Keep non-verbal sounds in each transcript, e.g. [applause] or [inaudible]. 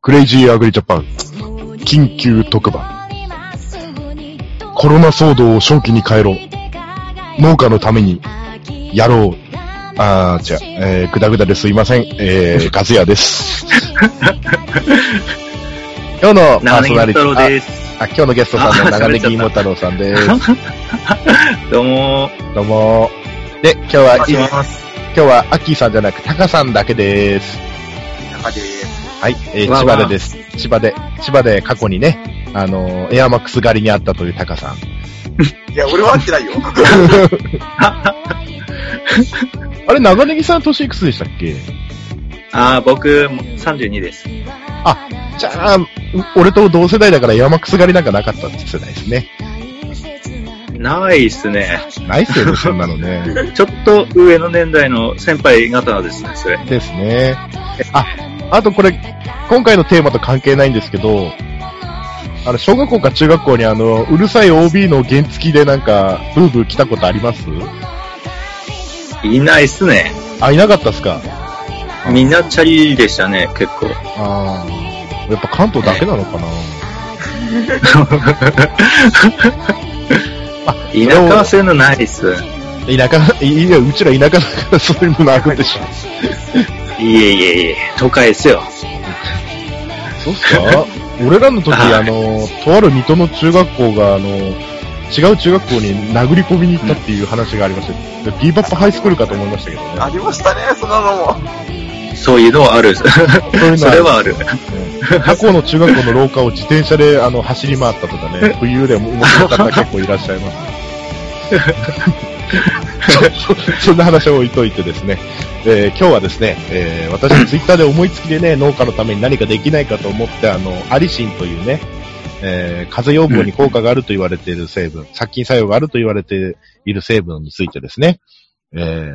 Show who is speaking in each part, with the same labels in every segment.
Speaker 1: クレイジーアグリジャパン、緊急特番。コロナ騒動を正気に変えろ。農家のために、やろう。あー、じゃえー、ぐだぐだですいません。えー、ガズヤです。 [laughs] 今日のパーソ
Speaker 2: 長ネギ
Speaker 1: ナ
Speaker 2: 太
Speaker 1: リティ
Speaker 2: 郎
Speaker 1: あ、
Speaker 2: です。
Speaker 1: あ今日のゲストさんの
Speaker 2: あ
Speaker 1: 長ネギ芋太郎さんです。
Speaker 2: どうもー。 [laughs]
Speaker 1: どうもで、今日は、い今
Speaker 2: す。
Speaker 1: 日はアッキーさんじゃなくタカさんだけです。
Speaker 2: 中です。
Speaker 1: はい、えー、
Speaker 2: わ
Speaker 1: 千
Speaker 2: ーわ
Speaker 1: 葉
Speaker 2: ー
Speaker 1: でです。千葉で、千葉で過去にね、あのーエアマックス [laughs] 狩りにあったというタカさん。
Speaker 3: いや、俺は会ってないよ。 [laughs]
Speaker 1: あれ、長ネギさん年いくつでしたっけ
Speaker 2: [laughs] あー、僕、32です。
Speaker 1: あ、じゃあ、う俺と同世代だからエアマックス狩りなんかなかったって世代ですね。
Speaker 2: ないっすね。
Speaker 1: ないっすよね、そんなの
Speaker 2: [laughs]
Speaker 1: ね。
Speaker 2: ちょっと上の年代の先輩方ですね、それ。
Speaker 1: ですね。あ、あとこれ、今回のテーマと関係ないんですけど、あの、小学校か中学校にあの、うるさい OB の原付きでなんか、ブーブー来たことあります
Speaker 2: いないっすね。
Speaker 1: あ、いなかったっすか
Speaker 2: みんなチャリでしたね、結構。
Speaker 1: ああ。やっぱ関東だけなのかな
Speaker 2: 田舎はそういうのないっす。
Speaker 1: 田舎、いいや、うちら田舎だからそういうものあるでしょ。
Speaker 2: いえいえいえ、都会っすよ。
Speaker 1: そうっすか [laughs] 俺らの時、
Speaker 2: はい
Speaker 1: あの、とある水戸の中学校が、あの、違う中学校に殴り込みに行ったっていう話がありましたよでビーバップハイスクールかと思いましたけどね。
Speaker 3: ありましたね、そんなのも。
Speaker 2: そういうのはある。そ
Speaker 1: いうのは
Speaker 2: れはある。
Speaker 1: 他校の中学校の廊下を自転車であの走り回ったとかね、冬でも面白かった方結構いらっしゃいます。そ [laughs] そんな話を置いといてですね、えー今日はですね、えー私ツイッターで思いつきでね、農家のために何かできないかと思って、あの、アリシンというね、えー風邪予防に効果があると言われている成分、殺菌作用があると言われている成分についてですね、えー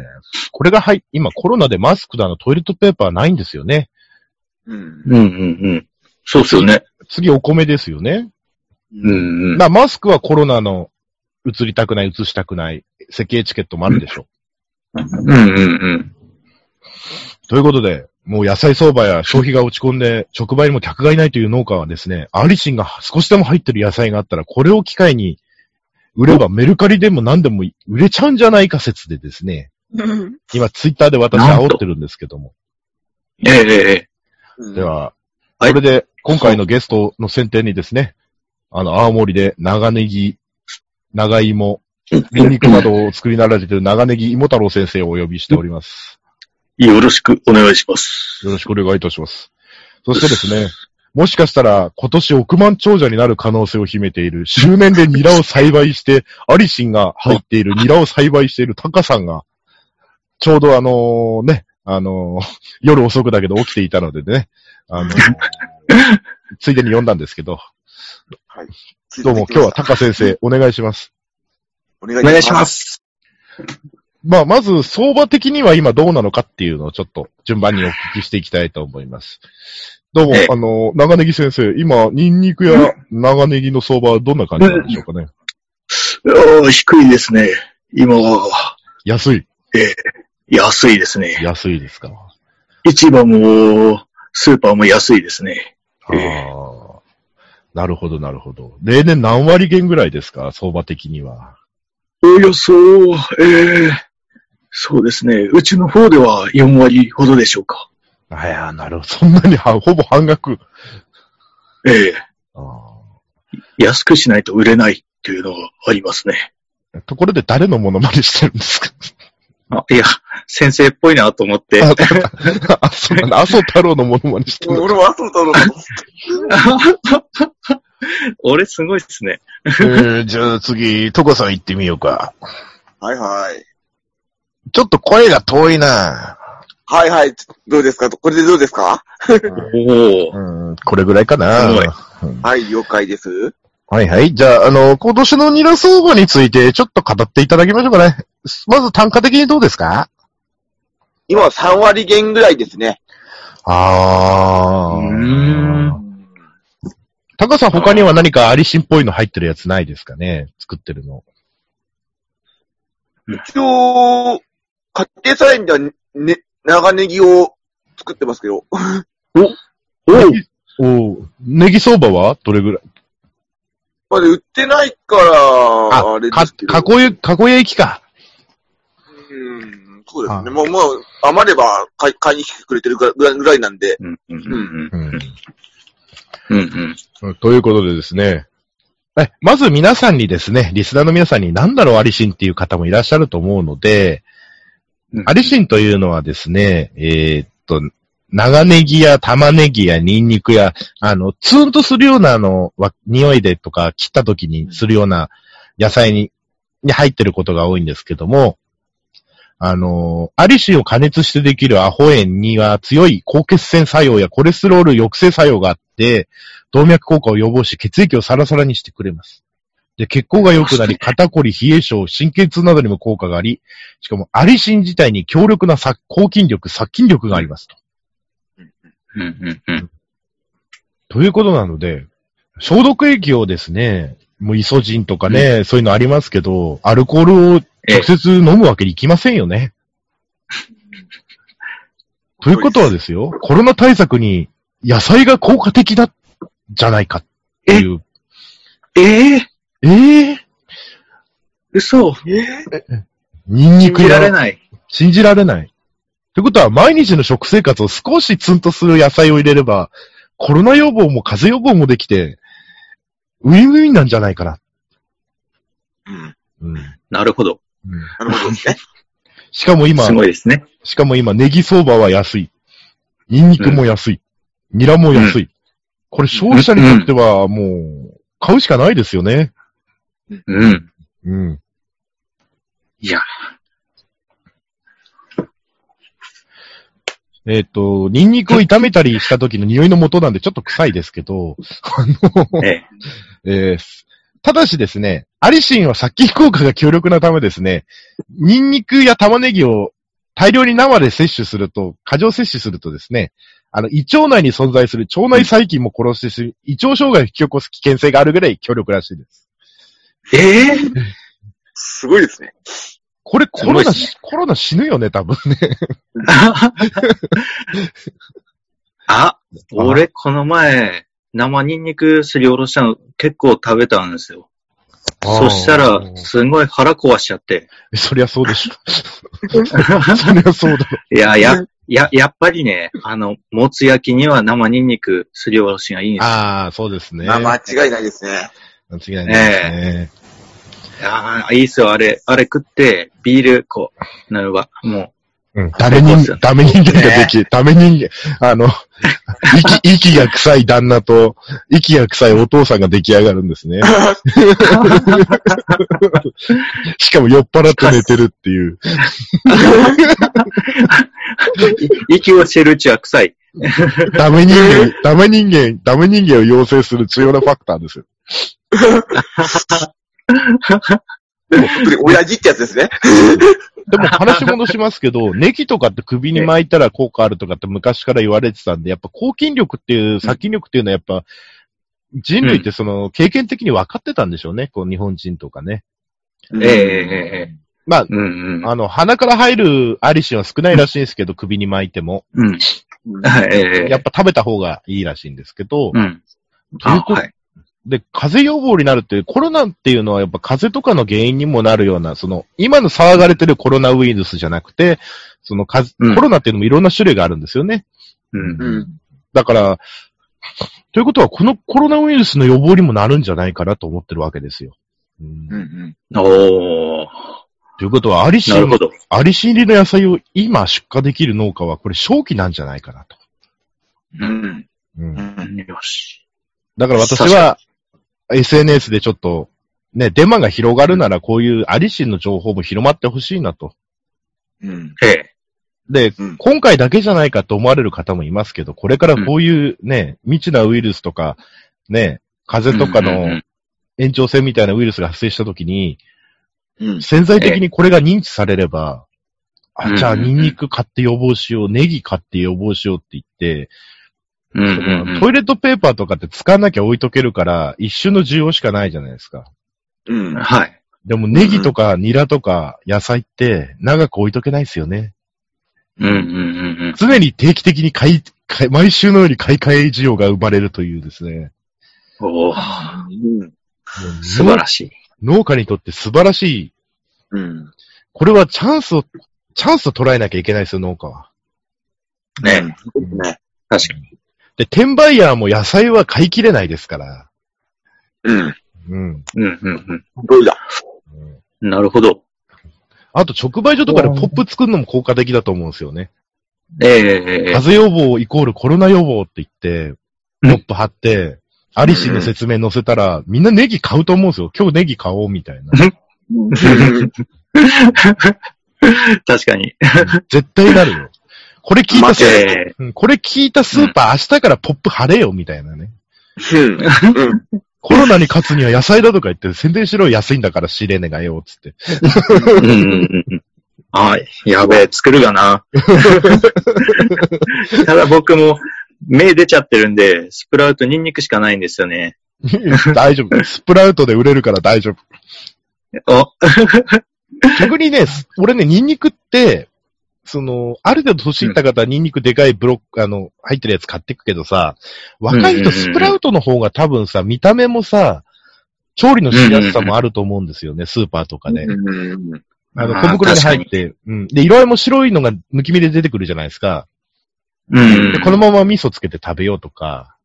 Speaker 1: これが入っ、今コロナでマスクだのトイレットペーパーないんですよね。
Speaker 3: うん。
Speaker 2: うんうんうん。そうっすよね。
Speaker 1: 次お米ですよね。
Speaker 2: うんう
Speaker 1: [laughs]
Speaker 2: ん。
Speaker 1: まあ、マスクはコロナの移りたくない、移したくない、咳エチケットもあるで
Speaker 2: [laughs]
Speaker 1: しょう。
Speaker 2: うんうんうん。
Speaker 1: ということで、もう野菜相場や消費が落ち込んで、直売にも客がいないという農家はですね、アリシンが少しでも入ってる野菜があったら、これを機会に売ればメルカリでも何でも売れちゃうんじゃないか説でですね、今ツイッターで私
Speaker 2: なん
Speaker 1: 煽
Speaker 2: と
Speaker 1: ってるんですけども。
Speaker 2: ええええええ。
Speaker 1: では、
Speaker 2: はい
Speaker 1: これで今回のゲストの選定にですね、あの、青森で長ネギ、長芋、ニンニクなどを作りなられている長ネギ芋太郎先生をお呼びしております。
Speaker 4: よろしくお願いします。
Speaker 1: よろしくお願いいたします。そしてですね、もしかしたら今年億万長者になる可能性を秘めている、周年でニラを栽培して、アリシンが入っているニラを栽培しているタカさんが、ちょうどあのね、あのー夜遅くだけど起きていたのでね、あのーついでに読んだんですけど、どうも今日はタカ先生、お願いします。
Speaker 3: お願いします。
Speaker 2: す。
Speaker 1: まあ、まず相場的には今どうなのかっていうのをちょっと順番にお聞きしていきたいと思います。どうも
Speaker 2: ええ、
Speaker 1: あの、長ネギ先生、今、ニンニクや長ネギの相場はどんな感じなんでしょうかね。
Speaker 4: あー低いですね。今は、
Speaker 1: 安い。
Speaker 4: 安いですね。
Speaker 1: 安いですか。
Speaker 4: 市場も、スーパーも安いですね。
Speaker 1: あ
Speaker 4: ええ
Speaker 1: あ。なるほど、なるほど。例年何割減ぐらいですか相場的には。
Speaker 4: およそ、えー、そうですね。うちの方では4割ほどでしょうか。
Speaker 1: あいや、なるほど。そんなには、ほぼ半額。
Speaker 4: え
Speaker 1: あ
Speaker 4: ー、安くしないと売れないというのがありますね。
Speaker 1: ーところで誰のモノマネしてるんですか
Speaker 2: あいや、先生っぽいなと思っ
Speaker 1: [laughs]
Speaker 2: て。
Speaker 1: あ、あそうなんだ。麻生太郎のモノマネしてるの
Speaker 3: 俺はそうだろう。
Speaker 1: [laughs]
Speaker 2: 俺すごいっすね。
Speaker 1: えーじゃあ次、トコさん行ってみようか。
Speaker 3: はいはい。
Speaker 1: ちょっと声が遠いな
Speaker 3: はいはい。どうですかこれでどうですか
Speaker 2: おお。
Speaker 1: うん、これぐらいかな
Speaker 2: すごい
Speaker 3: はい、了解です。
Speaker 1: はいはい。じゃあ、あの、今年のニラ相場についてちょっと語っていただきましょうかね。まず単価的にどうですか
Speaker 3: 今は3割減ぐらいですね。
Speaker 1: あ
Speaker 2: うー
Speaker 1: ー。
Speaker 2: ん。
Speaker 1: タカさん他には何かアリシンっぽいの入ってるやつないですかね作ってるの。
Speaker 3: 一応、家庭菜園ではね、長ネギを作ってますけ
Speaker 4: お
Speaker 3: ど。
Speaker 1: おうネギ相場はどれぐらい
Speaker 3: [laughs] まだ売ってないから、あれで
Speaker 1: か
Speaker 3: すけ、ど。
Speaker 1: かこゆ、かこゆ駅か。
Speaker 3: うん、そうです
Speaker 1: はい
Speaker 3: ね。もう、もう、余れば買い買いに来てくれてるぐらいぐらいなんで。
Speaker 2: うんうんうん
Speaker 1: うん。
Speaker 2: うんう
Speaker 1: う
Speaker 2: ん
Speaker 1: んということでですね。えまず皆さんにですね、リスナーの皆さんに何だろうアリシンっていう方もいらっしゃると思うので、
Speaker 2: うん
Speaker 1: アリシンというのはですね、えーっと、長ネギや玉ねぎやニンニクや、あの、ツーンとするようなあの、わ匂いでとか切った時にするような野菜に、に入ってることが多いんですけども、あの、アリシンを加熱してできるアホエンには強い高血栓作用やコレステロール抑制作用があって、動脈硬化を予防し、血液をサラサラにしてくれます。で、血行が良くなり、肩こり、冷え症、神経痛などにも効果があり、しかも、アリシン自体に強力な殺抗筋力、殺菌力がありますと。
Speaker 2: うんうん
Speaker 1: ということなので、消毒液をですね、もうイソジンとかね、そういうのありますけど、アルコールを直接飲むわけにいきませんよ
Speaker 2: [laughs]
Speaker 1: ね。ということはですよ、コロナ対策に野菜が効果的だ、じゃないかっていう。
Speaker 4: ええ
Speaker 1: ええー
Speaker 4: 嘘。
Speaker 1: ニンニ
Speaker 2: 信
Speaker 1: ク
Speaker 2: じられ
Speaker 1: や、
Speaker 2: ない。
Speaker 1: 信じられない。ってことは、毎日の食生活を少しツンとする野菜を入れれば、コロナ予防も風邪予防もできて、ウィンウィンなんじゃないかな。
Speaker 3: うん。
Speaker 1: うん。うん
Speaker 2: なるほど。
Speaker 3: なる
Speaker 1: [laughs]
Speaker 3: ほどですね。
Speaker 1: しかも今
Speaker 2: す、ごいですね。
Speaker 1: しかも今、ネギ相場は安い。ニンニクも安い。ニラも安い。これ消費者にとっては、もう、買うしかないですよね。
Speaker 2: うん。
Speaker 1: うん。[laughs]
Speaker 2: いや、
Speaker 1: えっ、と、ニンニクを炒めたりした時の匂いの元なんでちょっと臭いですけど、あの、
Speaker 2: ええ。
Speaker 1: えーただしですね、アリシンは殺菌効果が強力なためですね、ニンニクや玉ねぎを大量に生で摂取すると、過剰摂取するとですね、あの、胃腸内に存在する腸内細菌も殺してし、胃腸障害を引き起こす危険性があるぐらい強力らしいです。
Speaker 2: ええ [laughs]
Speaker 3: すごいですね。
Speaker 1: これコロナ
Speaker 2: すごいっ
Speaker 1: し、コロナ死ぬよね、多分ね。
Speaker 2: あ、俺、この前、生ニンニクすりおろしたの結構食べたんですよ。そしたら、すごい腹壊しちゃって。 [laughs]
Speaker 1: そりゃそうでしょ。そりゃそうだろ。
Speaker 2: [laughs] いや、や、や、やっぱりね、あの、もつ焼きには生ニンニクすりおろしがいいんですよ。
Speaker 1: ああ、そうですね。
Speaker 3: まあ、間違いないですね。
Speaker 1: 間違いないですね。
Speaker 2: ああ、いいっすよ、あれ、あれ食って、ビール、こう、なるわ。も
Speaker 1: うん、ダメ人、ダメ人間ができ、ダメ人間、あ [laughs] の、息、息が臭い旦那と、息が臭いお父さんが出来上がるんです [laughs] ね。しかも酔っ払って寝てるっていう。
Speaker 2: う、い息をしてるうちは臭い。
Speaker 1: ダメ人間、ダメ人間、ダメ人間を養成する重要なファクターですよ。
Speaker 3: でも、特に親父ってやつですね。
Speaker 1: でも話戻しますけど、ネギとかって首に巻いたら効果あるとかって昔から言われてたんで、やっぱ抗菌力っていう、殺菌力っていうのはやっぱ、人類ってその、経験的に分かってたんでしょうね。こう、日本人とかね。
Speaker 2: ええええええ。
Speaker 1: まあ、
Speaker 2: うんうん。
Speaker 1: あの、鼻から入るアリシンは少ないらしいんですけど、首に巻いても。
Speaker 2: うん。
Speaker 3: うん
Speaker 2: はいえええ
Speaker 1: やっ
Speaker 2: え。
Speaker 1: ぱ食べた方がいいらしいんですけど、
Speaker 2: うん。
Speaker 1: という
Speaker 2: あ、
Speaker 1: こと
Speaker 2: はい。
Speaker 1: で、風邪予防になるって、コロナっていうのはやっぱ風邪とかの原因にもなるような、その、今の騒がれてるコロナウイルスじゃなくて、その風、
Speaker 2: うん
Speaker 1: コロナっていうのもいろんな種類があるんですよね。
Speaker 2: うん。
Speaker 3: うん。
Speaker 1: だから、ということは、このコロナウイルスの予防にもなるんじゃないかなと思ってるわけですよ。うん
Speaker 3: うんうん。
Speaker 2: おー。
Speaker 1: ということは、アリシ
Speaker 2: なる
Speaker 1: ン
Speaker 2: ほ、ど。
Speaker 1: アリシン入りの野菜を今出荷できる農家は、これ正気なんじゃないかなと。
Speaker 3: うん。
Speaker 1: うん
Speaker 3: うん
Speaker 2: よし。
Speaker 1: だから私
Speaker 2: 確
Speaker 1: は、SNS でちょっと、ね、デマが広がるなら、こういうアリシンの情報も広まってほしいなと。
Speaker 3: うん。
Speaker 2: ええ。
Speaker 1: で、
Speaker 3: うん
Speaker 1: 今回だけじゃないかと思われる方もいますけど、これからこういうね、未知なウイルスとか、ね、風邪とか
Speaker 2: うんうんう
Speaker 1: の
Speaker 2: ん
Speaker 1: 延長線みたいなウイルスが発生した時に、
Speaker 3: うん。
Speaker 1: 潜在的にこれが認知されれば、
Speaker 2: うん
Speaker 1: あ、じゃあ
Speaker 2: うんうん
Speaker 1: ニンニク買って予防しよう、ネギ買って予防しようって言って、
Speaker 2: うん
Speaker 1: そのトイレットペーパーとかって使わなきゃ置いとけるから、一瞬の需要しかないじゃないですか。
Speaker 3: うん
Speaker 2: うん。はい。
Speaker 1: でもネギとかニラとか野菜って長く置いとけないですよね。
Speaker 2: うんうんうんうん。
Speaker 1: 常に定期的に買い買い毎週のように買い替え需要が生まれるというですね。
Speaker 2: おお
Speaker 3: うん。
Speaker 1: もう
Speaker 2: 素晴らしい。
Speaker 1: 農家にとって素晴らしい。
Speaker 3: うん。
Speaker 1: これはチャンスを、チャンスと捉えなきゃいけないですよ、農家は。
Speaker 2: ね
Speaker 3: ね。
Speaker 2: 確かに。
Speaker 1: で、転売ヤーも野菜は買い切れないですから。
Speaker 3: うん。
Speaker 1: うん。
Speaker 2: うん、うん、
Speaker 3: どうだ。
Speaker 1: うん
Speaker 2: うん。なるほど。
Speaker 1: あと、直売所とかでポップ作るのも効果的だと思うんですよね。
Speaker 2: ええええ
Speaker 1: 風邪予防イコールコロナ予防って言って、
Speaker 2: うん
Speaker 1: ポップ貼って、アリシンの説明載せたら、みんなネギ買うと思うんですよ。今日ネギ買おうみたいな。
Speaker 3: うん。
Speaker 2: 確かに。
Speaker 1: 絶対なるよ。これ聞いた
Speaker 3: 待
Speaker 1: スー
Speaker 3: て
Speaker 2: ええ
Speaker 1: うんこれ聞いたスーパー、明日からポップ貼れよみたいなね。
Speaker 3: うん。
Speaker 1: コロナに勝つには野菜だとか言って、宣伝しろよ安いんだから仕入れねがよ、つって。 [laughs]
Speaker 2: うん、うん、うんうん。あ、やべえ、作るがな。 [laughs] ただ僕も、目出ちゃってるんで、スプラウトニンニクしかないんですよね。
Speaker 1: 大丈夫。スプラウトで売れるから大丈夫。
Speaker 2: お、
Speaker 1: 逆にね、す俺ね、ニンニクって、その、ある程度年いった方はニンニクでかいブロック、あの、入ってるやつ買ってくけどさ、若い
Speaker 2: うんうんう
Speaker 1: 人
Speaker 2: ん
Speaker 1: スプラウトの方が多分さ、見た目もさ、調理のしやすさもあると思うんですよね、スーパーとかで。
Speaker 3: うん。
Speaker 1: あの、
Speaker 2: あー
Speaker 1: 小袋に入って、うん。で、色合いも白いのがむき身で出てくるじゃないですか。
Speaker 2: う
Speaker 1: で、
Speaker 2: ん。
Speaker 1: このまま味噌つけて食べようとか。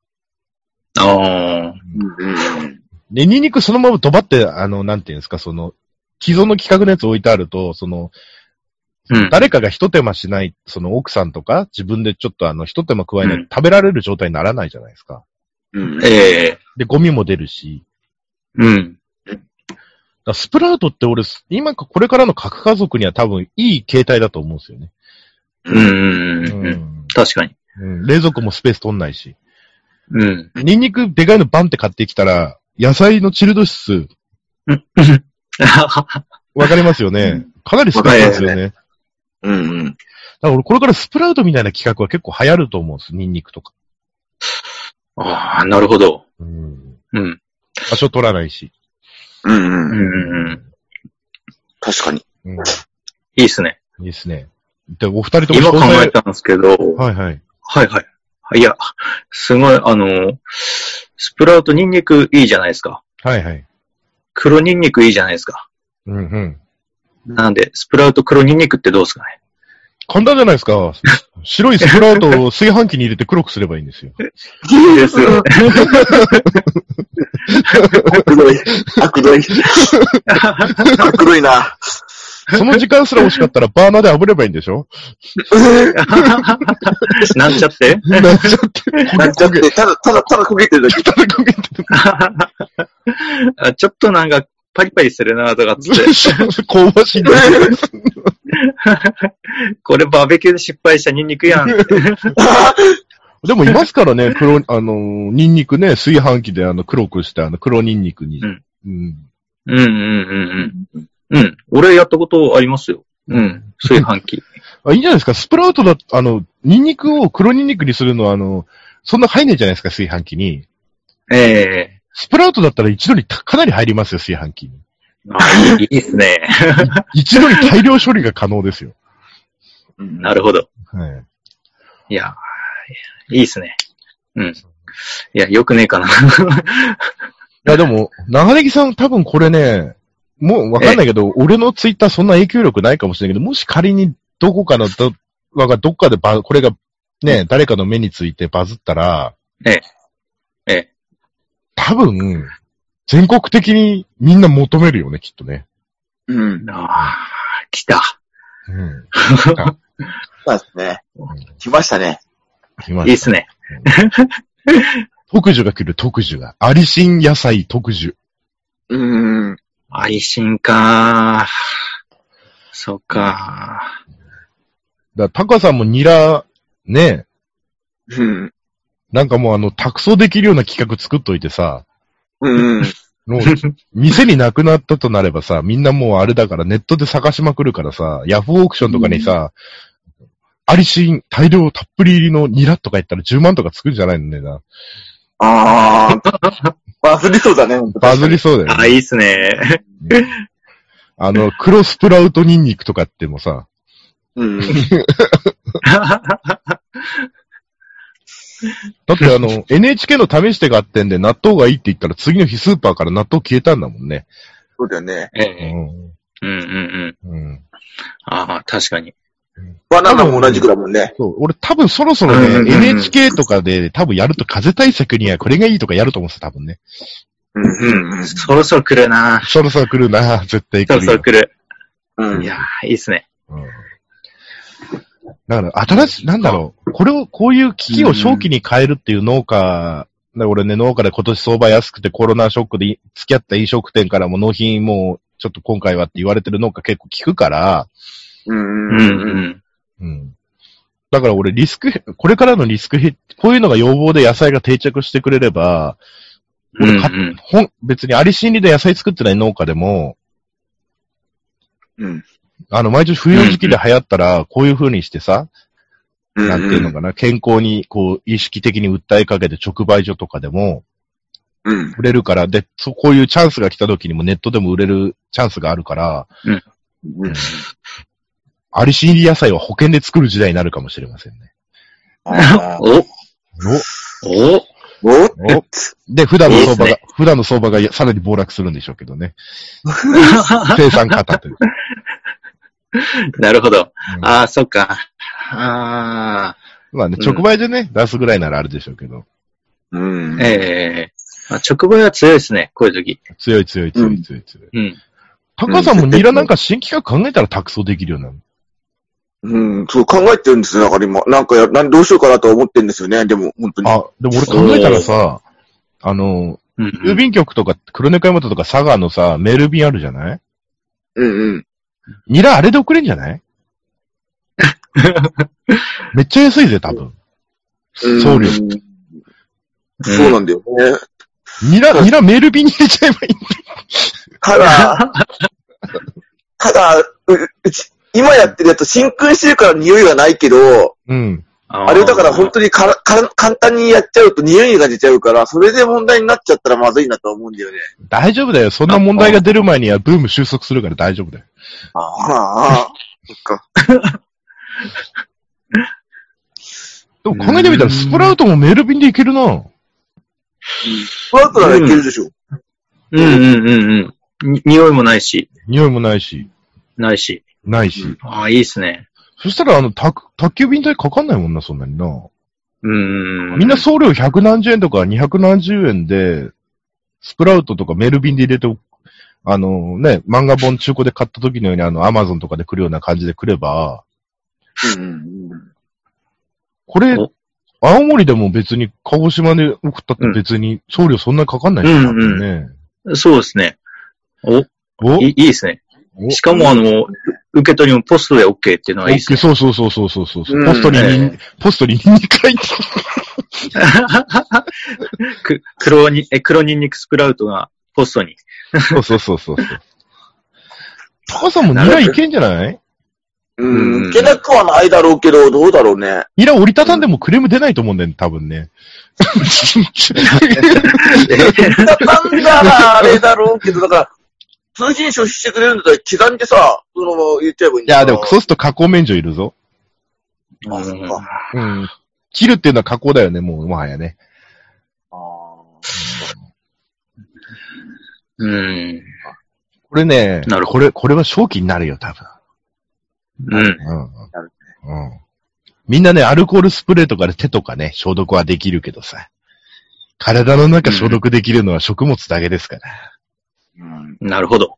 Speaker 2: あー
Speaker 3: うん。
Speaker 1: で、ニンニクそのままドバって、あの、なんていうんですか、その、既存の企画のやつ置いてあると、その、
Speaker 2: うん
Speaker 1: 誰かが一手間しない、その奥さんとか、自分でちょっとあの、一手間加えないうと
Speaker 2: ん
Speaker 1: 食べられる状態にならないじゃないですか。
Speaker 3: うん。
Speaker 2: ええ
Speaker 1: で、ゴミも出るし。
Speaker 2: うん。
Speaker 1: だからスプラウトって俺、今かこれからの核家族には多分いい形態だと思うんですよね。
Speaker 2: うんうんうんうん。確かに。
Speaker 1: うん冷蔵庫もスペース取んないし。
Speaker 2: [laughs] うん。
Speaker 1: ニンニクでかいのバンって買ってきたら、野菜のチルド室、わかりますよね。かなり少ないですよ
Speaker 2: わか
Speaker 1: ね。
Speaker 3: うん。
Speaker 1: だから俺これからスプラウトみたいな企画は結構流行ると思うんです。ニンニクとか。
Speaker 2: ああ、なるほど。
Speaker 1: うん。
Speaker 2: うん。
Speaker 1: 場所取らないし。
Speaker 3: うん
Speaker 2: う。ん
Speaker 3: うん。
Speaker 2: うんうん。
Speaker 3: 確かに。
Speaker 1: うん。
Speaker 2: いいっすね。
Speaker 1: いいですね。で、お二人とも
Speaker 2: 今考
Speaker 1: 詳
Speaker 2: え
Speaker 1: 細
Speaker 2: たんですけど、
Speaker 1: はいはい。
Speaker 2: はいはい。いや、すごい、あの、スプラウトニンニクいいじゃないですか。
Speaker 1: はいはい。
Speaker 2: 黒ニンニクいいじゃないですか。
Speaker 1: うんうん。
Speaker 2: なんで、スプラウト黒ニンニクってどうですかね。
Speaker 1: 簡単じゃないですか。白いスプラウトを炊飯器に入れて黒くすればいいんですよ。
Speaker 2: いいですよ。
Speaker 3: あくどい。あくどい。あくどいな。
Speaker 1: その時間すら惜しかったらバーナーで炙ればいいんでし [laughs] ょ
Speaker 2: [laughs] なんちゃって。 [laughs]
Speaker 1: なんちゃって、
Speaker 3: なっちゃって、ただ、ただ、ただ焦げてるだけ。
Speaker 1: ただ焦げてる
Speaker 2: あちょっとなんか、パリパリするなとかっつって。
Speaker 1: 香ばしいんだよ
Speaker 2: これバーベキューで失敗したニンニクやん。
Speaker 1: でもいますからね、黒、あのー、ニンニクね、炊飯器であの、黒くして、あの、黒ニンニクに。
Speaker 2: うん
Speaker 1: うん
Speaker 2: うんうんうんうん。うん。俺やったことありますよ。うん。炊飯器。
Speaker 1: あ、いいんじゃないですか。スプラウトだ、あの、ニンニクを黒ニンニクにするのは、あの、そんな入んないじゃないですか、炊飯器に。
Speaker 2: [laughs] ええ
Speaker 1: スプラウトだったら一度にたかなり入りますよ、炊飯器に。
Speaker 2: あいいいいっす [laughs] ね。
Speaker 1: 一度に大量処理が可能ですよ。
Speaker 2: なるほど。
Speaker 1: はい。
Speaker 2: いや、いいっすね。うん。いや、よくねえかな。
Speaker 1: いや、でも、長ネギさん多分これね、もうわかんないけど、俺のツイッターそんな影響力ないかもしれないけど、もし仮にどこかの、ど、わがどっかでば、これがね、誰かの目についてバズったら、
Speaker 2: ええ。
Speaker 1: 多分、全国的にみんな求めるよね、きっとね。
Speaker 3: うん。
Speaker 2: ああ、来た。
Speaker 1: うん。
Speaker 3: そうですね。来ましたね。
Speaker 1: 来ま
Speaker 2: いいっ
Speaker 1: し
Speaker 2: すね。
Speaker 1: た特需が来る、特需が。アリシン野菜特需。
Speaker 3: うん。
Speaker 2: 愛心か。そっか。
Speaker 1: だから、タカさんもニラ、ね、
Speaker 3: うん。
Speaker 1: なんかもうあの、卓走できるような企画作っといてさ、
Speaker 3: うん。
Speaker 1: もう、
Speaker 2: [laughs]
Speaker 1: 店になくなったとなればさ、みんなもうあれだからネットで探しまくるからさ、ヤフーオークションとかにさ、アリシン大量たっぷり入りのニラとか言ったら10万とかつくんじゃないんだよな。
Speaker 3: ああ。バズりそうだね、
Speaker 1: バズりそうだよ
Speaker 2: あ、
Speaker 1: ね。
Speaker 2: いいっすね。 [laughs]
Speaker 1: うんあの、黒スプラウトニンニクとかってもさ、
Speaker 3: うん。
Speaker 1: だってあ
Speaker 2: [laughs]
Speaker 1: の、NHK の試してがあってんで、納豆がいいって言ったら次の日スーパーから納豆消えたんだもんね。
Speaker 3: そうだよね。
Speaker 2: え
Speaker 1: う
Speaker 2: え。
Speaker 1: ん。
Speaker 2: うんうんうん。
Speaker 1: うん。
Speaker 2: ああ、確かに。
Speaker 3: バナナも同じくだもんね。
Speaker 1: そう、俺多分そろそろ
Speaker 2: うんうんう
Speaker 1: ね、
Speaker 2: ん
Speaker 1: NHK とかで多分やると風対策にはこれがいいとかやると思うんですよ、多
Speaker 2: [laughs]
Speaker 1: 分ね。
Speaker 3: うん
Speaker 2: うんうん。そろそろ来るな
Speaker 1: そろそろ来るな、絶対来
Speaker 2: そろ
Speaker 1: る
Speaker 2: そろ
Speaker 1: よ。
Speaker 2: 来る。
Speaker 3: うんうん
Speaker 2: いやー、いいっすね。
Speaker 1: うんだから、新しい、なんだろう、これを、こういう機器を正気に変えるっていう農家、だから俺ね、農家で今年相場安くてコロナショックでい付き合った飲食店からも納品もうちょっと今回はって言われてる農家結構聞くから、
Speaker 3: うん
Speaker 2: うんうん。
Speaker 1: うん。だから俺リスクヘ、これからのリスクヘッこういうのが要望で野菜が定着してくれれば、
Speaker 2: うんう
Speaker 1: 俺買っ
Speaker 2: ん。
Speaker 1: ほん、別にあり心理で野菜作ってない農家でも、
Speaker 3: うん
Speaker 1: あの、毎年冬の時期で流行ったら、こういう風にしてさ、
Speaker 3: うん
Speaker 1: なんていうのかな、健康に、こう、意識的に訴えかけて直売所とかでも
Speaker 3: うん。
Speaker 1: 売れるから、で、そうこういうチャンスが来た時にもネットでも売れるチャンスがあるから、
Speaker 3: うん
Speaker 1: アリシン入り野菜は保険で作る時代になるかもしれませんね。
Speaker 3: あー
Speaker 2: おお
Speaker 3: お
Speaker 1: おおで、普段の相場が、普段の相場がさらに暴落するんでしょうけどね。生産方という。
Speaker 2: なるほど。
Speaker 1: うん
Speaker 2: ああ、そっか。ああ、
Speaker 1: まあね、
Speaker 2: うん
Speaker 1: 直売でね、出すぐらいならあるでしょうけど、
Speaker 3: うん。
Speaker 2: ええまあ、直売は強いですね、こういう時。
Speaker 1: 強い強い強い強い強い。
Speaker 2: うん。
Speaker 1: タカさんもニラなんか新企画考えたら託送できるようになる。
Speaker 3: うん、そう考えてるんですよ、だから今。なんかや、なんどうしようかなとは思ってるんですよね、でも、本当に。
Speaker 1: あ、でも俺考えたらさ、あの、
Speaker 2: うんう
Speaker 1: 郵
Speaker 2: ん、
Speaker 1: 便局とか、黒猫山田とか佐賀のさ、メール便あるじゃない
Speaker 3: うんうん。
Speaker 1: ニラあれで送れんじゃない
Speaker 3: [laughs]
Speaker 1: めっちゃ安いぜ、多分。
Speaker 3: うん
Speaker 1: 送料。
Speaker 3: そうなんだよね。
Speaker 1: ニラ、ニラメール便に入れちゃえばいい。
Speaker 3: ただ、ただ、ううち、今やってるやつ真空してるから匂いがないけど、
Speaker 1: うん。
Speaker 2: あー
Speaker 3: あれをだから本当にからから簡単にやっちゃうと匂いが出ちゃうから、それで問題になっちゃったらまずいなとは思うんだよね。
Speaker 1: 大丈夫だよ。そんな問題が出る前にはブーム収束するから大丈夫だよ。
Speaker 3: ああ、ああそっか。
Speaker 1: でも考えてみたら、スプラウトもメール便でいけるな。
Speaker 3: その後ならいけるでしょ。
Speaker 2: うんうんうんうん。に匂いもないし、
Speaker 1: 匂いもないし、
Speaker 2: ないし。
Speaker 1: ないし。
Speaker 3: うん
Speaker 2: ああ、いいっすね。
Speaker 1: そしたら、あの、宅宅急便代かかんないもんな、そんなにな。
Speaker 2: うん。
Speaker 1: みんな送料100何十円とか200何十円で、スプラウトとかメルビンで入れておく、あのね、漫画本中古で買った時のようにあの、アマゾンとかで来るような感じで来れば、
Speaker 3: うんうん
Speaker 1: これ
Speaker 2: お、
Speaker 1: 青森でも別に、鹿児島で送ったって別に送料そんなにかかんないしな
Speaker 2: うんうん
Speaker 1: ね。
Speaker 2: そうですね。お、い
Speaker 1: お
Speaker 2: いいですね。
Speaker 1: お
Speaker 2: しかも、あの、受け取りもポストで OK っていうの
Speaker 1: オ
Speaker 2: はいい
Speaker 1: ッ
Speaker 2: です
Speaker 1: ケー
Speaker 2: ね。
Speaker 1: そうそうそうそうそうそう。
Speaker 3: うん
Speaker 1: ポストににん、
Speaker 2: え
Speaker 1: ポストに2回
Speaker 2: く黒に、え、黒ニンニクスプラウトがポストに。
Speaker 1: そうそうそうそうそう。
Speaker 2: [laughs]
Speaker 1: タカさんもニラいけんじゃない
Speaker 3: う
Speaker 2: う
Speaker 3: ん。
Speaker 2: ん
Speaker 3: うん。いけなくはないだろうけど、どうだろうね。
Speaker 1: ニラ折りたたんでもクレーム出ないと思うんだよね、多分ね。
Speaker 3: だったんだら、あれだろうけど、だから、通信処理してくれるんだったら刻んでさ、そのまま言っちゃえばいいん
Speaker 1: い
Speaker 3: だ
Speaker 1: や、でも、そうすると加工免除いるぞ。
Speaker 3: あ、そっか。
Speaker 1: うん。切るっていうのは加工だよね、もう、もはやね。
Speaker 2: うん。
Speaker 1: これね、
Speaker 2: なるほ
Speaker 1: これ、これは正気になるよ、多分。
Speaker 2: うん。
Speaker 1: う
Speaker 3: なんる。
Speaker 1: うん。みんなね、アルコールスプレーとかで手とかね、消毒はできるけどさ。体の中消毒できるのは食物だけですから。
Speaker 3: うん。
Speaker 2: なるほど。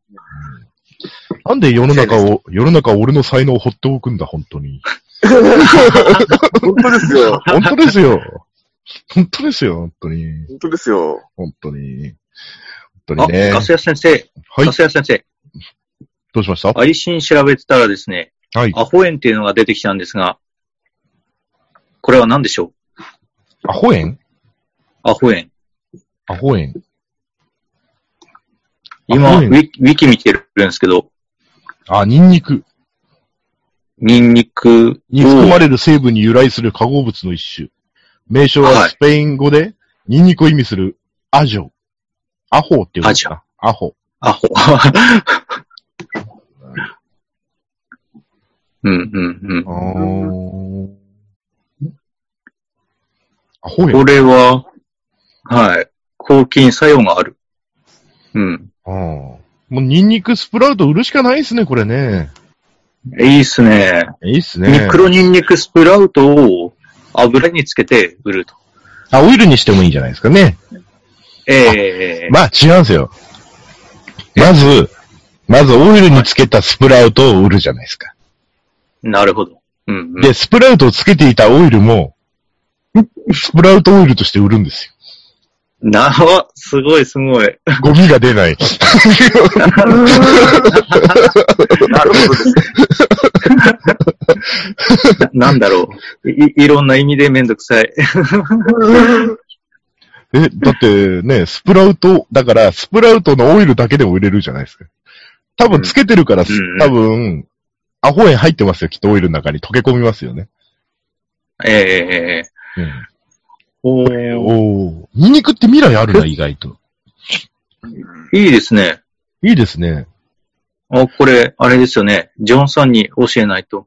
Speaker 1: なんで世の中を、世の中を俺の才能を放っておくんだ、本当に。
Speaker 3: 本当ですよ。
Speaker 1: 本当ですよ。 [laughs] 本当ですよ、本当に。
Speaker 3: 本当ですよ。
Speaker 1: 本当に。本当
Speaker 2: あ、
Speaker 1: にね。
Speaker 2: ガス屋先生、
Speaker 1: はい
Speaker 2: ガ、ス屋先生、
Speaker 1: どうしました
Speaker 2: アリシン調べてたらですね、
Speaker 1: はい。
Speaker 2: アホ園っていうのが出てきたんですが、これは何でしょう
Speaker 1: アホ園
Speaker 2: アホ園。
Speaker 1: アホ園。ア
Speaker 2: 今、
Speaker 1: ホ
Speaker 2: ウ
Speaker 1: 園
Speaker 2: ィキウィキ見てるんですけど、
Speaker 1: あ、ニンニク
Speaker 2: ニンニク
Speaker 1: に含まれる成分に由来する化合物の一種。名称
Speaker 2: は
Speaker 1: はいスペイン語で、ニンニクを意味するアジョ。アホって言うんですかアホ。
Speaker 2: アホ。 [laughs] うん、うん、うん。
Speaker 1: あーあ、ほうや
Speaker 2: これは、はい。抗菌作用がある。うん。
Speaker 1: もうニンニクスプラウト売るしかないですね、これね。
Speaker 2: いいっすね。
Speaker 1: いいっすね。
Speaker 2: ミクロニンニクスプラウトを油につけて売ると。
Speaker 1: あ、オイルにしてもいいんじゃないですかね。
Speaker 2: ええ
Speaker 1: まあ、違うんですよ。まず、まずオイルにつけたスプラウトを売るじゃないですか。
Speaker 2: なるほど。うん、うん。
Speaker 1: で、スプラウトをつけていたオイルも、スプラウトオイルとして売るんですよ。
Speaker 2: なあ、すごいすごい。 [laughs]
Speaker 1: ゴミが出ない。
Speaker 3: なるほどですね。
Speaker 2: ななんだろうい。いろんな意味でめんどくさい。 [laughs]
Speaker 1: え、だってね、スプラウト、だから、スプラウトのオイルだけでも売れるじゃないですか。多分つけてるから、
Speaker 2: ん
Speaker 1: 多分、アホ塩入ってますよ、きっとオイルの中に溶け込みますよね。
Speaker 2: ええ
Speaker 1: おーおーニンニクって未来あるな、意外と。
Speaker 2: いいですね。
Speaker 1: いいですね。
Speaker 2: あ、これ、あれですよね。ジョンさんに教えないと。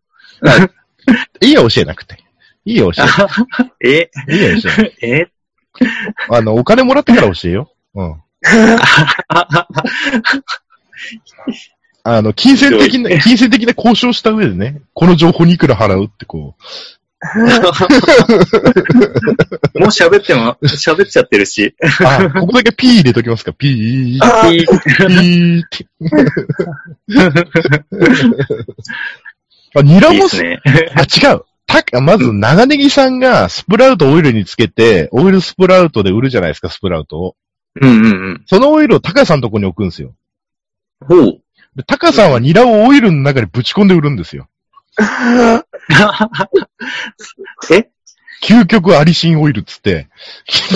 Speaker 1: いいや、教えなくて。いいや、教えなく
Speaker 2: [laughs] え、
Speaker 1: て。いいや、教えなくて。
Speaker 2: え、 [laughs]
Speaker 1: あの、お金もらってから教えよ。うん。あの、金銭的な、金銭的な交渉した上でね、この情報にいくら払うってこう。
Speaker 2: もう喋っても、喋っちゃってるし。
Speaker 1: あ、ここだけ P 入れときますか。P
Speaker 3: あー
Speaker 2: いい
Speaker 1: ピーっ
Speaker 2: [laughs]
Speaker 1: て。あ、ニラ
Speaker 2: いいで
Speaker 1: も
Speaker 2: す
Speaker 1: す、
Speaker 2: ね。
Speaker 1: あ、違う。たあまず、長ネギさんがスプラウトオイルにつけて、オイルスプラウトで売るじゃないですか、スプラウトを。
Speaker 2: うんうんうん。
Speaker 1: そのオイルをタカさんのとこに置くんですよ。
Speaker 2: ほう。
Speaker 1: で、タカさんはニラをオイルの中にぶち込んで売るんですよ。
Speaker 2: え
Speaker 1: 究極アリシンオイルっつって。
Speaker 3: 臭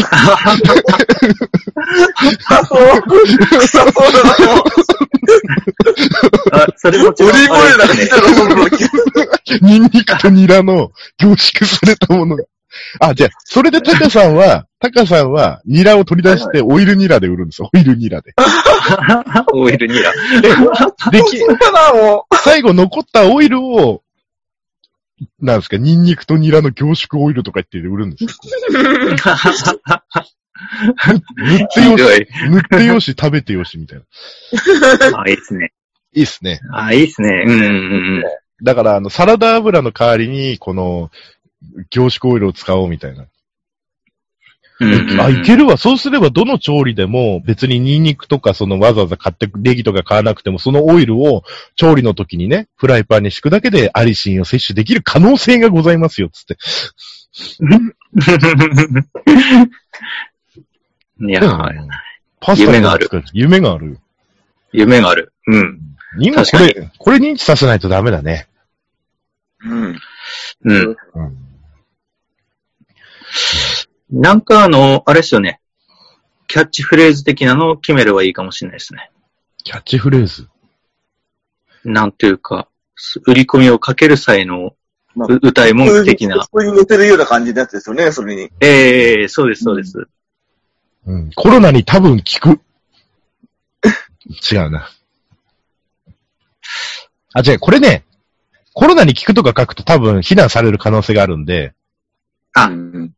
Speaker 3: そう。臭そうだな。
Speaker 2: あ、それも
Speaker 3: オ
Speaker 2: 違う。
Speaker 3: リーブオイルなん
Speaker 2: あれ
Speaker 3: か聞
Speaker 2: です
Speaker 3: いた
Speaker 2: ね
Speaker 3: らその気
Speaker 1: [laughs] ニンニクとニラの凝縮されたものが。あ、じゃあ、それでタカさんは、タカさんはニラを取り出してオイルニラで売るんですよ。オイルニラで。
Speaker 2: [laughs] オイルニラ。
Speaker 1: でき、
Speaker 3: 持かな、も
Speaker 1: 最後残ったオイルを、なんですか、ニンニクとニラの凝縮オイルとか言って売るんですよ。 [laughs] 塗ってよ
Speaker 2: ひ
Speaker 1: し、
Speaker 2: どい。
Speaker 1: 塗ってよし、食べてよし、みたいな。
Speaker 2: あ、いいですね。
Speaker 1: いいっすね。
Speaker 2: あ、いいですね。うんうん
Speaker 1: だから、あの、サラダ油の代わりに、この、凝縮オイルを使おうみたいな。
Speaker 2: うんうんうん。
Speaker 1: あ、いけるわ。そうすれば、どの調理でも、別にニンニクとか、その、わざわざ買って、ネギとか買わなくても、そのオイルを、調理の時にね、フライパンに敷くだけで、アリシンを摂取できる可能性がございますよ、つって。
Speaker 2: [laughs] いや、はい
Speaker 1: パスタ
Speaker 2: 夢がある
Speaker 1: とか作夢があるよ。
Speaker 2: 夢がある。うん。
Speaker 1: 今こ
Speaker 2: 確
Speaker 1: れ、これ認知させないとダメだね。
Speaker 3: う。うん。
Speaker 2: うん。
Speaker 1: うん。
Speaker 2: なんかあの、あれですよね。キャッチフレーズ的なのを決めればいいかもしれないですね。
Speaker 1: キャッチフレーズ。
Speaker 2: なんていうか、す売り込みをかける際の、
Speaker 3: まあ
Speaker 2: う歌い文句的な。
Speaker 3: それに似てるような感じのやつですよね、それに。
Speaker 2: ええそうです、そうです。
Speaker 1: うん。コロナに多分効く。 [laughs] 違うな。あ、違う、これね、コロナに効くとか書くと多分非難される可能性があるんで、
Speaker 2: あ
Speaker 3: うん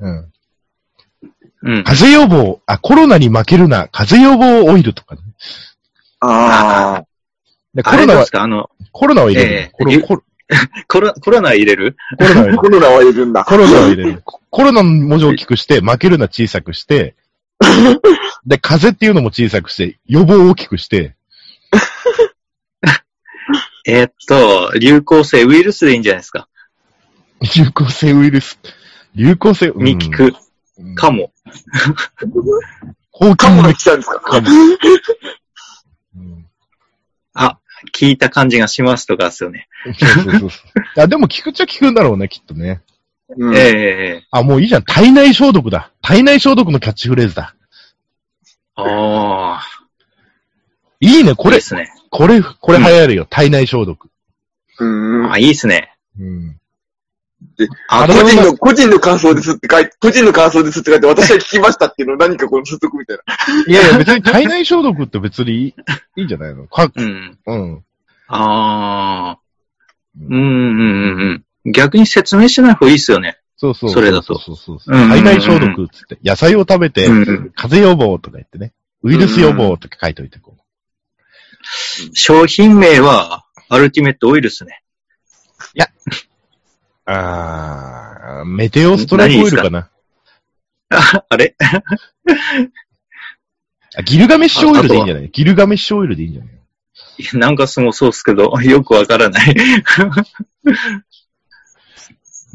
Speaker 1: うん。
Speaker 2: うん。
Speaker 1: 風邪予防、あ、コロナに負けるな、風邪予防オイルとかね。
Speaker 3: あ
Speaker 1: でコ
Speaker 2: あ
Speaker 1: ロ
Speaker 2: れ
Speaker 1: ナ
Speaker 2: どうで
Speaker 1: は
Speaker 2: す、かあの、
Speaker 1: コロナは入れる、
Speaker 2: ええ
Speaker 1: コロ
Speaker 2: ゆ [laughs]
Speaker 1: コロ
Speaker 2: コロ、コロナ入れる
Speaker 1: コロナは入れ
Speaker 3: あ。
Speaker 1: る。
Speaker 3: コロナはいるんだ。
Speaker 1: コロナを入れる。ココロナの文字を大きくして、負けるな小さく
Speaker 2: [laughs]
Speaker 1: して、で、風邪っていうのも小さくして、予防を大きくして、
Speaker 2: えーっと、流行性ウイルスでいいんじゃないですか。
Speaker 1: 流行性ウイルス、流行性、
Speaker 2: に聞く、
Speaker 1: うん、
Speaker 2: かも。
Speaker 1: 抗
Speaker 3: カ
Speaker 1: 菌
Speaker 3: モが
Speaker 1: の
Speaker 3: 来たんですか
Speaker 1: かも。うん
Speaker 2: あ、聞いた感じがしますとかですよね。
Speaker 1: そうそうそう
Speaker 2: [laughs]
Speaker 1: そう。あ、でも聞くっちゃ聞くんだろうね、きっとね。
Speaker 3: うん
Speaker 2: ええええ
Speaker 1: あ、もういいじゃん。体内消毒だ。体内消毒のキャッチフレーズだ。
Speaker 2: ああ、
Speaker 1: いいね、こ
Speaker 2: これ
Speaker 1: れ
Speaker 2: で、すね。
Speaker 1: これ、これ流行るよ。体内消毒。
Speaker 3: うん
Speaker 2: あ、いいですね。
Speaker 1: うん。
Speaker 2: あ、
Speaker 1: あ
Speaker 2: こ
Speaker 1: れ
Speaker 3: 個
Speaker 1: は
Speaker 2: れ
Speaker 3: 人の、個人の感想ですって書いて、個人の感想ですって書いて、私は聞きましたっていうの何かこの説得みたいな。
Speaker 1: い
Speaker 2: [laughs]
Speaker 1: やいや、別に体内消毒って別にいいいいんじゃないのか、
Speaker 2: うん。
Speaker 1: うん。
Speaker 2: ああ。うんうんうんうん。逆に説明しない方がいいっすよね。
Speaker 1: そうそう。
Speaker 2: それだと
Speaker 1: そうそうそう
Speaker 4: うん
Speaker 1: 体内消毒っつって、野菜を食べて、
Speaker 4: うん
Speaker 1: 風邪予防とか言ってね、ウイルス予防とか書いといてこう。
Speaker 2: 商品名は、アルティメットオイルですね。 [laughs]
Speaker 1: あー、メテオストライクオイルかな。
Speaker 2: ああれ [laughs]
Speaker 1: あギルガメッシュオイルでいいんじゃないギルガメッシュオイルでいいんじゃない
Speaker 2: いやなんかすごそうっすけど、 [laughs] よくわからない。 [laughs]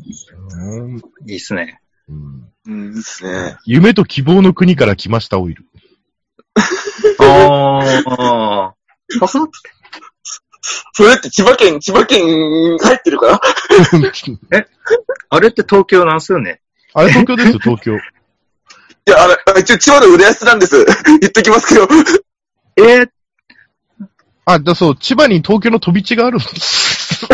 Speaker 2: いいっすね。
Speaker 1: うん
Speaker 3: うん、いいっすね。
Speaker 1: 夢と希望の国から来ましたオイル。
Speaker 2: ああ。
Speaker 3: それって千葉県、千葉県に入ってるから
Speaker 2: あれって東京なんすよね。
Speaker 1: あれ東京ですよ、東京。
Speaker 3: いや、あれあ、一応千葉の浦安なんです。言っときますけど。
Speaker 2: えー、 [laughs]
Speaker 1: あ、だそう、千葉に東京の飛び地があるんです。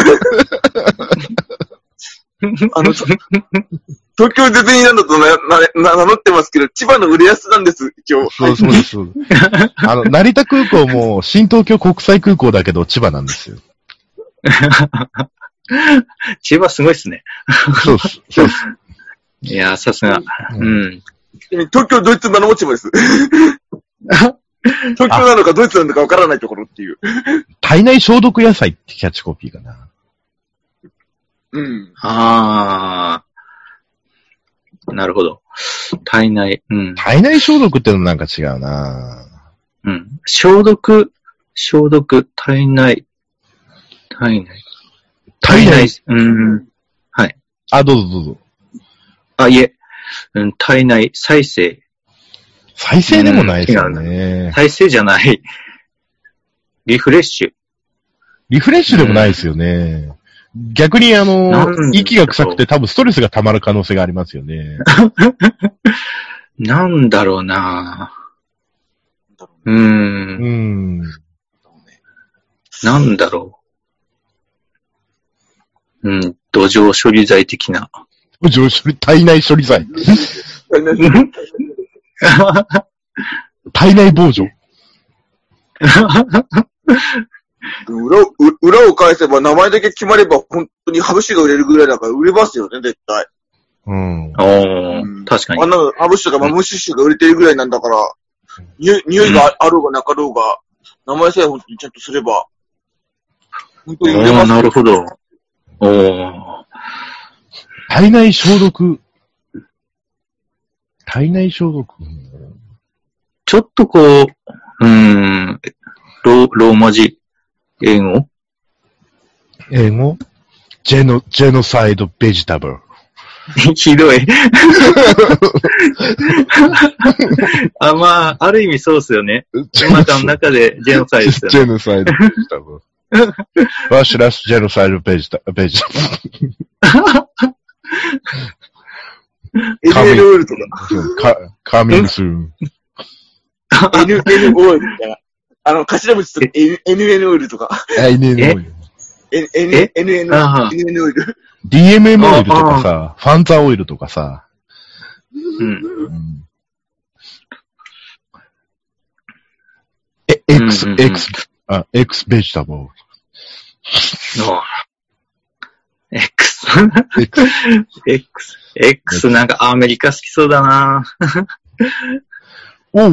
Speaker 3: あの、と東京ディズニーランドとな、な、な名乗ってますけど、千葉の浦安なんです、一応。
Speaker 1: そうそうです。そうですあの、成田空港も新東京国際空港だけど千葉なんですよ。
Speaker 2: 千葉すごいっすね。
Speaker 1: そうです。そうです。
Speaker 2: いやー、さすが。
Speaker 1: う
Speaker 2: うん。
Speaker 3: 東京、ドイツ、ナノモ
Speaker 2: [laughs]
Speaker 3: チモです。東京なのかドイツなのかわからないところっていう。
Speaker 1: 体内消毒野菜ってキャッチコピーかな。
Speaker 3: うん。
Speaker 2: ああ。なるほど。体内、うん。
Speaker 1: 体内消毒ってのなんか違うな
Speaker 2: うん。消毒、消毒、体内、体内。
Speaker 1: 体内、
Speaker 2: うん。はい。
Speaker 1: あ、どうぞどうぞ。
Speaker 2: あ、いえ、うん、体内再生。
Speaker 1: 再生でもないですよ
Speaker 2: うん
Speaker 1: ね。
Speaker 2: 再生じゃない。リフレッシュ。
Speaker 1: リフレッシュでもないですよね。逆にあ
Speaker 2: な
Speaker 1: の、
Speaker 2: ん
Speaker 1: 息が臭くて多分ストレスが溜まる可能性がありますよね。
Speaker 2: なんだろうなうー。
Speaker 1: うんん。
Speaker 2: なんだろう。うん。土壌処理剤
Speaker 1: [laughs]
Speaker 2: 的な。
Speaker 1: 上処理、体内処理剤。体内防除。
Speaker 3: 裏を、う裏を返せば名前だけ決まれば本当にハブ酒が売れるぐらいだから売れますよね、絶対。
Speaker 1: うん。
Speaker 2: おー、
Speaker 3: うん
Speaker 2: 確か
Speaker 3: あん
Speaker 2: に。
Speaker 3: なのハブ酒とかマムシ酒が売れてるぐらいなんだから、にゅ匂いがあろうがなかろうが、名前さえ本当にちゃんとすれば、本当に売れ
Speaker 2: お
Speaker 3: ま
Speaker 2: ー
Speaker 3: す
Speaker 2: なるほど。おー。
Speaker 1: 体内消毒。体内消毒。うん
Speaker 2: ちょっとこう、うーん、ロローマ字、英語 [laughs]
Speaker 1: 英語ジェノ、ジェノサイドベジタブル。
Speaker 2: ひどい。 [laughs] あ、まあ、ある意味そうですよね。
Speaker 1: ジ
Speaker 2: お腹の中でジェノサイ
Speaker 1: [laughs]
Speaker 2: ドですよね
Speaker 1: ジェノサイドベジタブル。ワシュラスジェノサイドベジタベジタブル。
Speaker 2: [laughs]
Speaker 3: NL オイルとか。
Speaker 1: そうか、カミングスーン。
Speaker 3: N、N オイルみたいな。あの、頭文字とか N、NN オイルとか。
Speaker 1: 来年
Speaker 2: え
Speaker 1: のオイル
Speaker 3: N、
Speaker 2: え
Speaker 3: N、NN、
Speaker 2: あー
Speaker 3: NN オイル。
Speaker 1: DMM オイルとかさ、ファンザオイルとかさ、
Speaker 2: うん。
Speaker 1: うんえ、X
Speaker 2: うんう、んうん
Speaker 1: X、あ、X ベジタ
Speaker 2: [laughs]
Speaker 1: ブル。
Speaker 2: の X。 [laughs]
Speaker 1: X
Speaker 2: X。X なんかアメリカ好きそうだな [laughs]
Speaker 1: おう、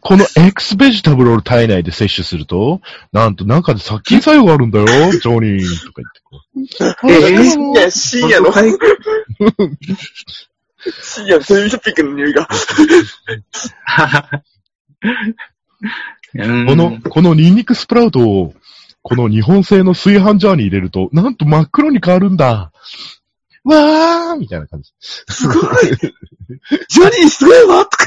Speaker 1: この X ベジタブルを体内で摂取すると、なんと中で殺菌作用があるんだよ、
Speaker 2: [laughs]
Speaker 1: ジョニーとか言ってこう。
Speaker 2: え
Speaker 3: 深夜、深夜の、深夜のテレビショッピングの匂いが。
Speaker 2: うん
Speaker 1: この、このニンニクスプラウトを、この日本製の炊飯ジャーに入れると、なんと真っ黒に変わるんだ。わーみたいな感じ。
Speaker 3: すごい。ジョニーすごいわとか。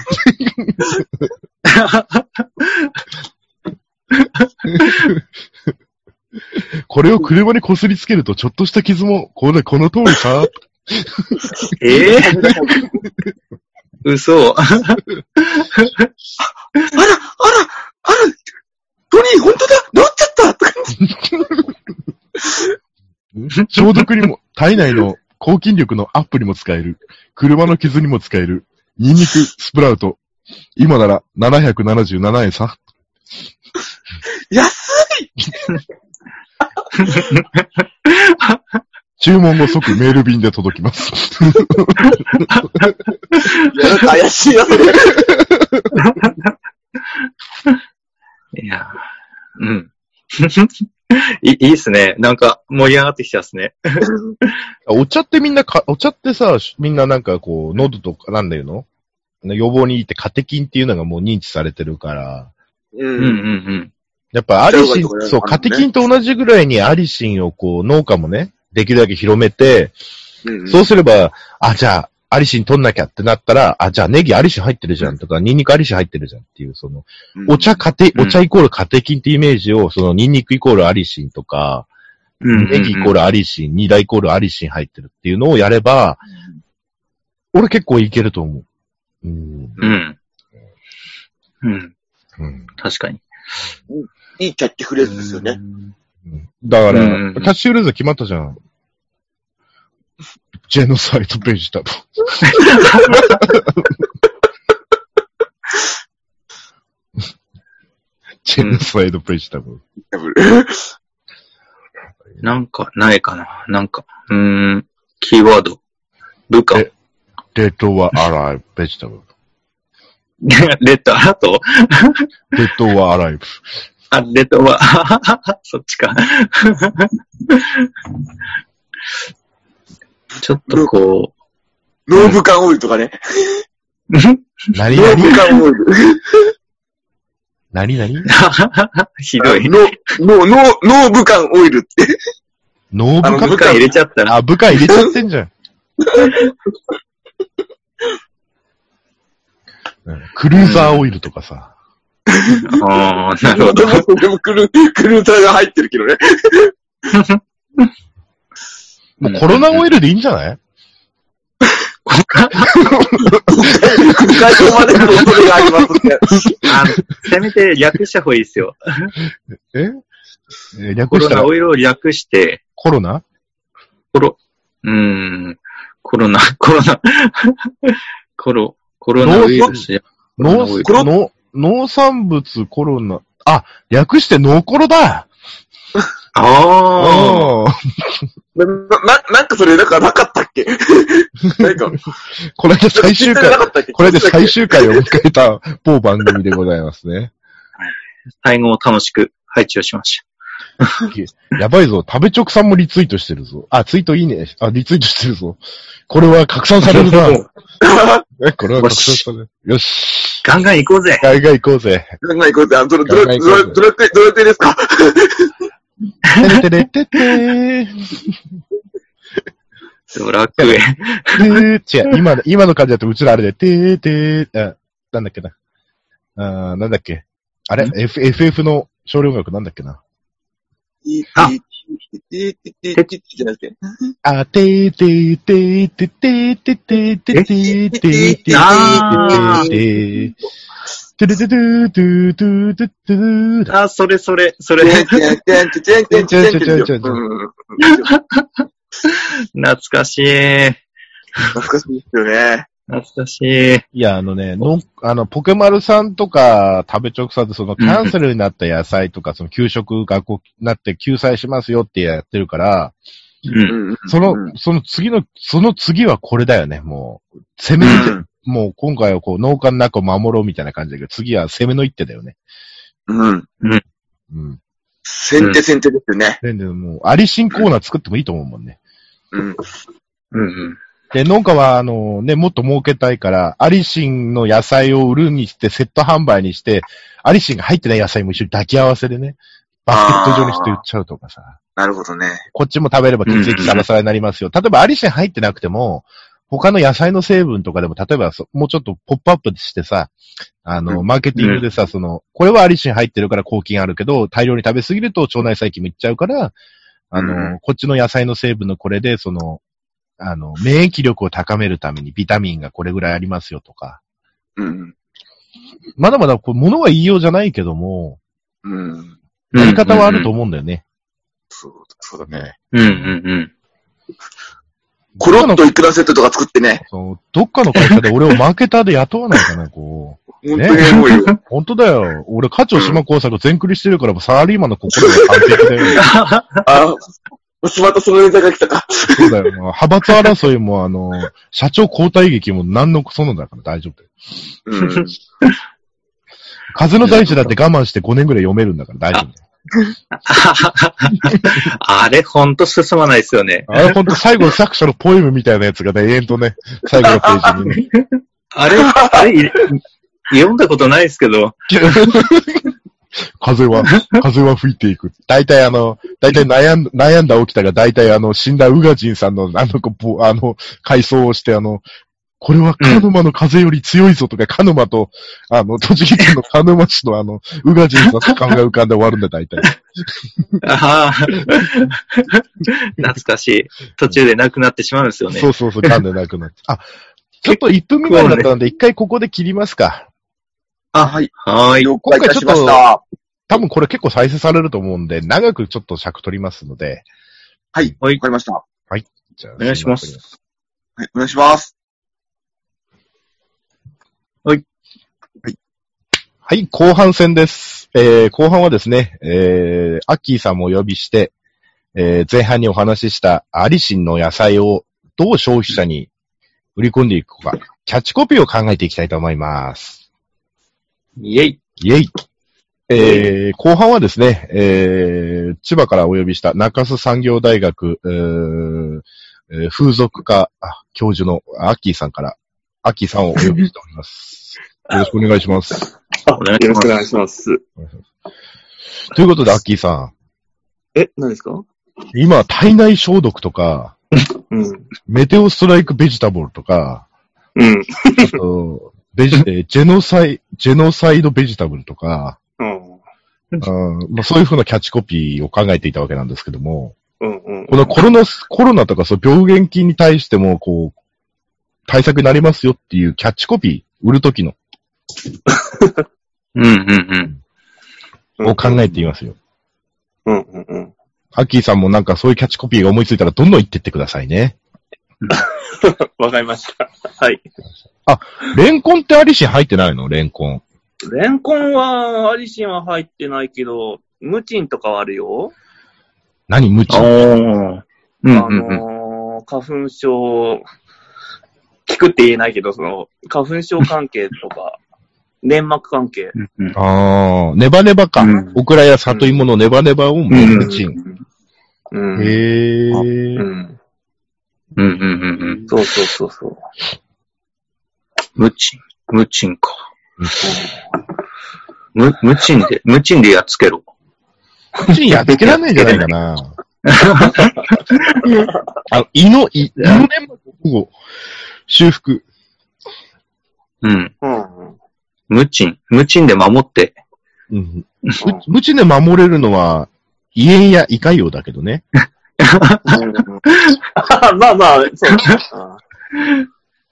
Speaker 1: これを車に擦りつけると、ちょっとした傷も、これ、この通りさ、
Speaker 2: ええ [laughs] 嘘。
Speaker 3: あら、あら、あら、ジョニー本当だ治っちゃったとか。
Speaker 1: 消毒にも、体内の抗菌力のアップにも使える。車の傷にも使える。ニンニクスプラウト。今なら777円さ。
Speaker 3: 安い
Speaker 1: 注文後即メール便で届きます。
Speaker 3: いや、なんか怪しいな、それ。
Speaker 2: いやー、うん。 [laughs] いいいっすね。なんか、盛り上がってきたっすね。
Speaker 1: [laughs] お茶ってみんなか、お茶ってさ、みんななんかこう、喉とか、なんだよの予防にいいってカテキンっていうのがもう認知されてるから、
Speaker 3: う
Speaker 2: うんう
Speaker 3: ん。
Speaker 2: んうん。
Speaker 1: やっぱアリシ
Speaker 3: 障害とかや
Speaker 1: ン、
Speaker 3: る
Speaker 1: そう、
Speaker 3: から
Speaker 1: カテ
Speaker 3: ね
Speaker 1: キンと同じぐらいにアリシンをこう、農家もね、できるだけ広めて、
Speaker 3: うん
Speaker 1: そうすれば、あ、じゃあ、アリシン取んなきゃってなったら、あ、じゃあネギアリシン入ってるじゃんとか、ニンニクアリシン入ってるじゃんっていう、その、
Speaker 3: うん
Speaker 1: お茶カテ、
Speaker 2: うん
Speaker 1: お茶イコールカテキンってイメージを、そのニンニクイコールアリシンとか、
Speaker 2: うんうんうん
Speaker 1: ネギイコールアリシン、ニライコールアリシン入ってるっていうのをやれば、俺結構いけると思う。うん。
Speaker 2: うん。うん。
Speaker 1: うん
Speaker 2: 確かに。
Speaker 3: いいキャッチフレーズですよね。
Speaker 1: だから、
Speaker 2: うんうんう
Speaker 1: キ
Speaker 2: ん
Speaker 1: ャッシュルーズ決まったじゃん。ジェノサイドベジタブル。ジェノサイドベジタブル。
Speaker 2: なんか、ないかな。なんか、うーん。キーワード。部下。
Speaker 1: えデッドはアライブ、ベジタブル。
Speaker 2: [laughs] レッド、あと
Speaker 1: デッドはアライブ。
Speaker 2: あ、レッドは、 [laughs] そっちか。 [laughs] ちょっとこ
Speaker 3: ノーブカンオイルとかね。
Speaker 2: う、
Speaker 1: 何
Speaker 3: ノー
Speaker 1: 々
Speaker 3: ブカンオイル。
Speaker 1: 何々
Speaker 2: [laughs] ひどい。
Speaker 3: ノノノノーブカンオイルって。
Speaker 1: ノーブ
Speaker 3: あの
Speaker 1: カ
Speaker 2: 部下入れちゃったら、
Speaker 1: あ、部下入れちゃってんじゃん。うんクルーザーオイルとかさ。
Speaker 2: あーな
Speaker 3: で
Speaker 2: るほ
Speaker 3: も、
Speaker 2: ど。
Speaker 3: でもクル、クルーザーが入ってるけどね。
Speaker 1: もうコロナオイルでいいんじゃない
Speaker 3: 会場までの恐れがありますって。
Speaker 2: あせめて略した方がいいですよ。
Speaker 1: ええ
Speaker 2: コ
Speaker 1: 略し
Speaker 2: ロ
Speaker 1: た
Speaker 2: ナ、
Speaker 1: ら
Speaker 2: お色を略して、
Speaker 1: コロナ
Speaker 2: コロ、うーん、コロナ、 [laughs] コロナ、コロ、コロナウイルス。
Speaker 1: 農
Speaker 2: コロナオイル
Speaker 1: コロ農農産物コロナ。あ、略してノーコロだ
Speaker 2: ああ、
Speaker 1: うん
Speaker 3: な、な、なんかそれ、なんかなかったっけなんか、
Speaker 1: これで最終
Speaker 3: ツイッター [laughs]
Speaker 1: 回、
Speaker 3: なかったっけ
Speaker 1: これで最終回を迎えた某番組でございますね。
Speaker 2: 最後を楽しく配置をしまし
Speaker 1: やばいぞ。食べ直さんもリツイートしてるぞ。あ、ツイートいいね。あ、リツイートしてるぞ。これは拡散される
Speaker 2: [laughs]
Speaker 1: な。え、これは拡散される。よし。
Speaker 2: た。ガンガン行こうぜ
Speaker 1: 海外行こうぜ。
Speaker 3: なんか行こうぜ。あの、ドラ、ド
Speaker 1: 考え
Speaker 3: ラ、
Speaker 1: 行こ
Speaker 3: ド
Speaker 1: う
Speaker 3: ラ、
Speaker 1: ぜ
Speaker 3: ドラクエ、ドラクエですか
Speaker 1: てれてれててー。
Speaker 2: ドラクエ。
Speaker 1: てー違う、今の、今の感じだとうちらあれで、てーてー、あ、なんだっけな。あーなんだっけ。あれ F- ?FF の少量楽なんだっけな。
Speaker 2: あ
Speaker 3: じゃなくて。
Speaker 1: あ、てーてーてーてーてーてーてーてーてーてーてーてーてーてーてーて
Speaker 2: あ
Speaker 1: ーてーてーてーてーてーだ
Speaker 2: あ、それそれ、それ、懐かしい。
Speaker 3: 懐かしいですよね。
Speaker 2: 懐かしい。
Speaker 1: いや、あのね、のんあの、ポケマルさんとか、食べ直さんで、その、キャンセルになった野菜とか、その、給食、学校になって救済しますよってやってるから、
Speaker 2: うん。
Speaker 1: その、
Speaker 3: うん
Speaker 1: その次の、その次はこれだよね、もう。攻めの一手、もう今回はこう、農家の中を守ろうみたいな感じだけど、次は攻めの一手だよね。
Speaker 3: うん。
Speaker 1: うん。
Speaker 3: 先手先手ですよね。
Speaker 1: で、でもう、アリシンコーナー作ってもいいと思うもんね。
Speaker 3: うん。
Speaker 2: うん。
Speaker 1: で、農家は、あの、ね、もっと儲けたいから、アリシンの野菜を売るにして、セット販売にして、アリシンが入ってない野菜も一緒に抱き合わせでね、バスケット状にして売っちゃうとかさ。
Speaker 3: なるほどね。
Speaker 1: こっちも食べれば血液サラサラになりますよ。例えばアリシン入ってなくても、他の野菜の成分とかでも、例えばそもうちょっとポップアップしてさ、あの、
Speaker 3: う
Speaker 1: マーケティングでさ、その、これはアリシン入ってるから抗菌あるけど、大量に食べ過ぎると腸内細菌もいっちゃうから、あの、
Speaker 3: う
Speaker 1: こっちの野菜の成分のこれで、その、あの、免疫力を高めるためにビタミンがこれぐらいありますよとか。
Speaker 3: うん。
Speaker 1: まだまだこれ物は言いようじゃないけども、
Speaker 3: うん。
Speaker 2: うん。
Speaker 1: やり方はあると思うんだよね。
Speaker 3: そう、そうだね。
Speaker 2: うん。うんうん
Speaker 3: コロッといくらセットとか作ってね。
Speaker 1: そのどっかの会社で俺をマーケターで雇わないかな、こう。
Speaker 3: 本当にエモいよ。
Speaker 1: 本当だよ。俺、課長島工作全クリしてるから、もうサラリーマンの心が完璧だよ。
Speaker 3: あ、しまたその連載が来たか。
Speaker 1: そうだよな。派閥争いも、あの、社長交代劇も何のそのだから大丈夫だよ。
Speaker 3: うん。
Speaker 1: 風の大地だって我慢して5年ぐらい読めるんだから大丈夫だよ。
Speaker 2: あれ、ほんと進まないですよね。
Speaker 1: あれほんと最後の作者のポエムみたいなやつがね、永遠とね、最後のページにね、
Speaker 2: あれ、あれ、い読んだことないですけど、
Speaker 1: [laughs] 風は、風は吹いていく。大体あの、大体悩ん悩んだ起きたが、大体あの、死んだウガジンさんの、あの、こぼあの、回想をして、あの、これはカヌマの風より強いぞとか、カヌマと、あの、栃木県のカヌマ市のあの、ウガジンさんの顔が浮かんで終わるんだ、大体。
Speaker 2: ああ、懐かしい。途中でなくなってしまうんですよね
Speaker 1: そ。うそうそう、噛んでなくなって。あ、ちょっと1分ぐらいだったので、一回ここで切りますか。
Speaker 3: あ、はい。
Speaker 2: はーい。
Speaker 3: 了解いたしました。
Speaker 1: 多分これ結構再生されると思うんで、長くちょっと尺取りますので。
Speaker 3: はい。
Speaker 2: はい
Speaker 3: わかりました。は
Speaker 1: じゃあ
Speaker 2: お願いします
Speaker 1: すません
Speaker 3: い。お願いします。
Speaker 1: はい、後半戦です。えー、後半はですね、えー、アッキーさんもお呼びして、えー、前半にお話ししたアリシンの野菜をどう消費者に売り込んでいくか、キャッチコピーを考えていきたいと思います。
Speaker 2: イェイ。
Speaker 1: イェイ。えー、後半はですね、えー、千葉からお呼びした中洲産業大学、えーえー風俗科あ教授のアッキーさんから、アッキーさんをお呼びしております。よろしくお願いします。
Speaker 2: お願いし
Speaker 5: よろ
Speaker 2: ま
Speaker 5: しくお願い
Speaker 2: す。
Speaker 5: します。
Speaker 1: ということで、アッキーさん。
Speaker 5: え、何ですか
Speaker 1: 今、体内消毒とか、
Speaker 5: うん。
Speaker 1: メテオストライクベジタブルとか、
Speaker 5: うん。
Speaker 1: あと、ベジ、えージェノサイ、ジェノサイドベジタブルとか、
Speaker 5: うん。
Speaker 1: うんまあ、そういうふうなキャッチコピーを考えていたわけなんですけども、
Speaker 5: うん。うん。
Speaker 1: このコロナ、コロナとかそう病原菌に対しても、こう、対策になりますよっていうキャッチコピー、売るときの、
Speaker 2: うんうんうん。
Speaker 1: を考えていますよ。
Speaker 5: うん。うん。うん。
Speaker 1: アッキーさんもなんかそういうキャッチコピーが思いついたらどんどん言ってってくださいね。
Speaker 5: わかりました。はい。
Speaker 1: レンコンってアリシン入ってないのレンコン。
Speaker 5: レンコンは、アリシンは入ってないけど、ムチンとかはあるよ。
Speaker 1: 何無知
Speaker 2: おー。うん
Speaker 5: あ
Speaker 2: うんうん。
Speaker 5: のー、花粉症、聞くって言えないけど、その、花粉症関係とか、粘膜関係。
Speaker 2: うんうん
Speaker 1: ああ、ネバネバか。
Speaker 2: うん
Speaker 1: オクラや里芋のネバネバをメルチン。
Speaker 5: うん。うん。
Speaker 1: へ
Speaker 5: う
Speaker 1: え。
Speaker 5: ん。
Speaker 2: うんうんうんうん。
Speaker 5: そうそうそうそう。
Speaker 2: 無賃、無賃か。無、無賃で、無賃でやっつけろ。
Speaker 1: うちにやっつけらんないんじゃ
Speaker 2: [laughs]
Speaker 1: ないかな。あの、胃の、胃胃の粘膜を保護修復。
Speaker 2: うん。
Speaker 5: うん。
Speaker 2: 無賃、無賃で守って。
Speaker 1: うん。無知で守れるのは、胃炎や胃潰瘍だけどね。
Speaker 5: まあまあ、そうだ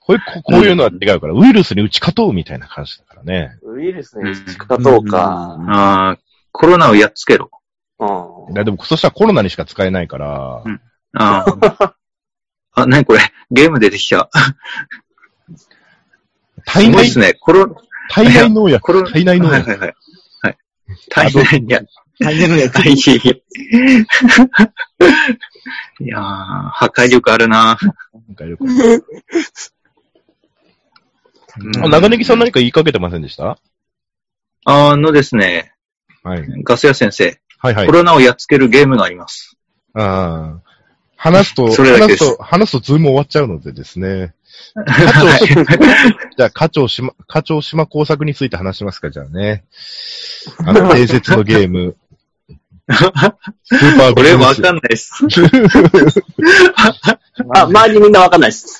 Speaker 1: こういう、ここういうのは違うから、ウイルスに打ち勝とうみたいな感じだからね。
Speaker 5: うん。ウイルスにかどうか。
Speaker 2: ああ、コロナをやっつけろ。
Speaker 5: うん。
Speaker 1: だでも、そしたらコロナにしか使えないから
Speaker 2: う、んああ。あ、なにこれゲーム出てきた。す
Speaker 1: 体
Speaker 2: ごい
Speaker 1: 内
Speaker 2: っ、すね。コロ、
Speaker 1: 体内農薬
Speaker 2: コロ、、
Speaker 1: 体内農
Speaker 2: はい
Speaker 1: 薬。
Speaker 2: はいはい。はい。大変いや、
Speaker 5: 大変なや
Speaker 2: 大変。いやー、破壊力ある
Speaker 1: な
Speaker 2: な
Speaker 1: んかよくあ長ネギさん何か言いかけてませんでした
Speaker 2: あのですね、
Speaker 1: はい。
Speaker 2: ガス屋先生、
Speaker 1: はいはい
Speaker 2: コ。ロナをやっつけるゲームがあります。
Speaker 1: ああ。話すと、
Speaker 2: それだけ
Speaker 1: 話
Speaker 2: です
Speaker 1: すと、話すとズーム終わっちゃうのでですね。
Speaker 2: はい
Speaker 1: じゃあ、課長島、課長島工作について話しますか、じゃあね。あの、伝説のゲー
Speaker 2: [laughs]
Speaker 1: ム。スーパー
Speaker 2: これわ
Speaker 1: [laughs]
Speaker 2: か
Speaker 1: ん
Speaker 2: んないっす。
Speaker 5: あ、周りみんなわかんないっす。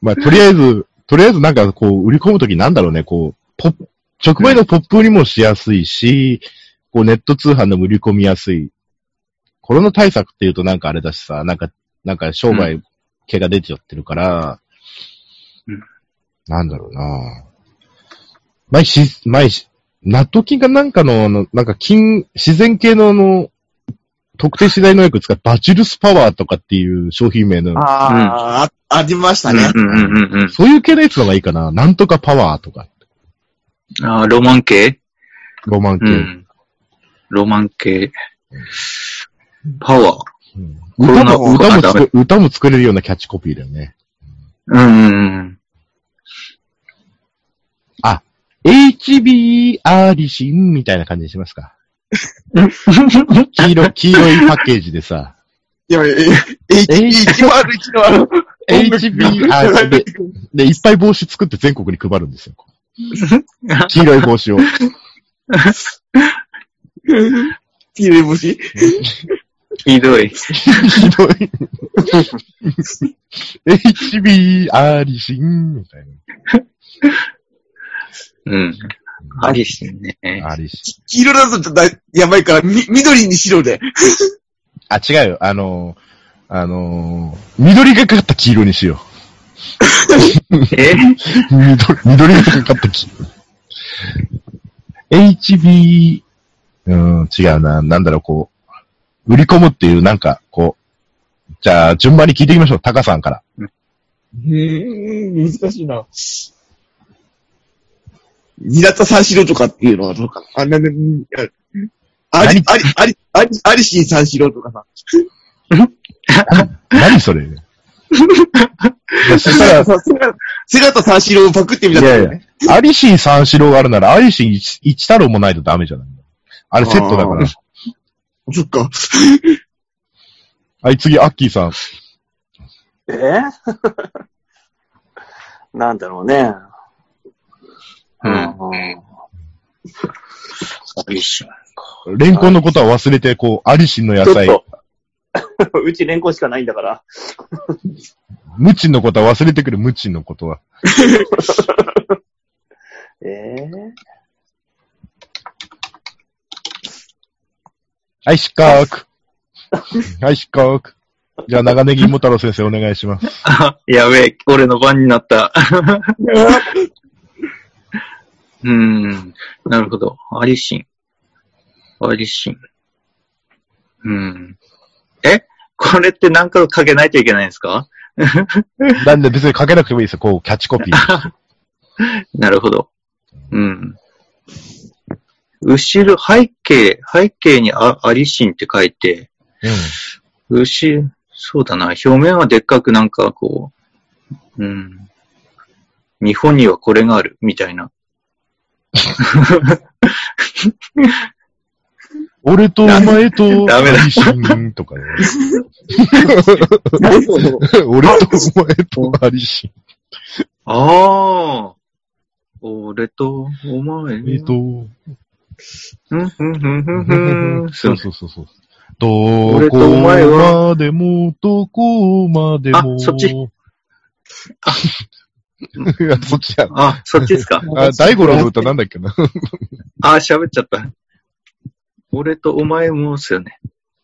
Speaker 1: まあ、とりあえず、とりあえずなんかこう、売り込むときなんだろうね、こう、ポップ、直売のポップ売りもしやすいし、こう、ネット通販でも売り込みやすい。コロナ対策っていうとなんかあれだしさ、なんか、なんか商売、毛が出ちゃってるから、
Speaker 2: うん
Speaker 1: なんだろうな前し、前し、納豆菌かなんかの、あの、なんか菌、自然系のあの、特定資材農薬使ったバチルスパワーとかっていう商品名の、
Speaker 2: あ
Speaker 3: あ、ありました
Speaker 2: うんうんうんうん
Speaker 1: そういう系のやつの方がいいかな。なんとかパワーとか、
Speaker 2: あーロマン系
Speaker 1: ロマン系。
Speaker 2: うん。ロマン系。パワー。
Speaker 1: うん
Speaker 2: コロ
Speaker 1: 歌
Speaker 2: ナ
Speaker 1: も、
Speaker 2: 方
Speaker 1: 歌
Speaker 2: が
Speaker 1: も
Speaker 2: ダメ
Speaker 1: 作、歌も作れるようなキャッチコピーだよね。
Speaker 2: うん。
Speaker 1: HB アーリシンみたいな感じにします
Speaker 2: [laughs]
Speaker 1: か。黄色、黄色いパッケージでさ。
Speaker 3: いや、え、H101 のあの、
Speaker 1: HB アーリシンで、
Speaker 2: [laughs]
Speaker 1: で、いっぱい帽子作って全国に配るんですよ。黄色い帽
Speaker 2: [laughs]
Speaker 1: 子を。
Speaker 3: 黄色い星
Speaker 2: ひどい。
Speaker 1: ひどい。HB アーリシンみたい
Speaker 2: うん。アリシンね。
Speaker 1: な。アーリシン。
Speaker 3: 黄色だとちょっとだやばいから、み、緑に白で。
Speaker 1: あ、違うよ。あのー、あのー、緑がかった黄色にしよう。
Speaker 2: え
Speaker 1: 緑、緑がかかった気。HB、うん、違うな、なんだろう、こう、売り込むっていう、なんか、こう、じゃあ、順番に聞いていきましょう、タカさんから。
Speaker 3: うん、難しいな。ニラタ三四郎とかっていうのはどうかな。あ、な、な、にああり、あり、あり、あり、ありしん三四郎とかさ。
Speaker 1: 何
Speaker 3: [laughs]
Speaker 1: それいや、そしたら、
Speaker 3: 姿三四郎をパクってみた
Speaker 1: い
Speaker 3: とこ
Speaker 1: や
Speaker 3: ね
Speaker 1: いや、アリシン三四郎があるなら、アリシン一一太郎もないとダメじゃないあれセットだから。
Speaker 3: そっか。
Speaker 1: はい、次、アッキーさん。
Speaker 5: えー [laughs] なんだろうね。
Speaker 2: うん。
Speaker 5: うん
Speaker 2: アリシン。
Speaker 1: レンコンのことは忘れて、こう、アリシンの野
Speaker 5: ちょっ
Speaker 1: 菜、
Speaker 5: と、 [laughs] うちレンコンしかないんだから。
Speaker 1: ムチンのことは忘れてくる、ムチンのことは。
Speaker 5: えー、
Speaker 1: はい、失格。はい、失格。じゃあ、長ネギ芋太郎先生お願いします。
Speaker 2: あ、やべえ、俺の番になった。うーん、なるほど。アリシン。アリシン。うん。えこれって何かかけないといけないんですか
Speaker 1: なんで別に書けなくてもいいですよ。こう、キャッチコピー。
Speaker 2: なるほど。うん。後ろ、背景、背景にあアリシンって書いて、
Speaker 1: う
Speaker 2: 牛、そうだな、表面はでっかくなんかこう、うん。日本にはこれがある、みたいな。
Speaker 1: ん。俺とお前と、
Speaker 2: ダメだ
Speaker 1: 配信とかね。俺とお前と配信。
Speaker 2: ああ。俺と、お前。
Speaker 1: えっと、
Speaker 2: ふんふんふんふんふん。
Speaker 1: そうそうそうそう。ど
Speaker 2: 俺
Speaker 1: こと
Speaker 2: お前は
Speaker 1: までも、どこまでも。
Speaker 2: あそっち
Speaker 1: いや、そっちや。
Speaker 2: あ、そっちですか。
Speaker 1: あ、大五郎の歌なんだっけな。
Speaker 2: あ、喋っちゃった。俺とお前もですよね。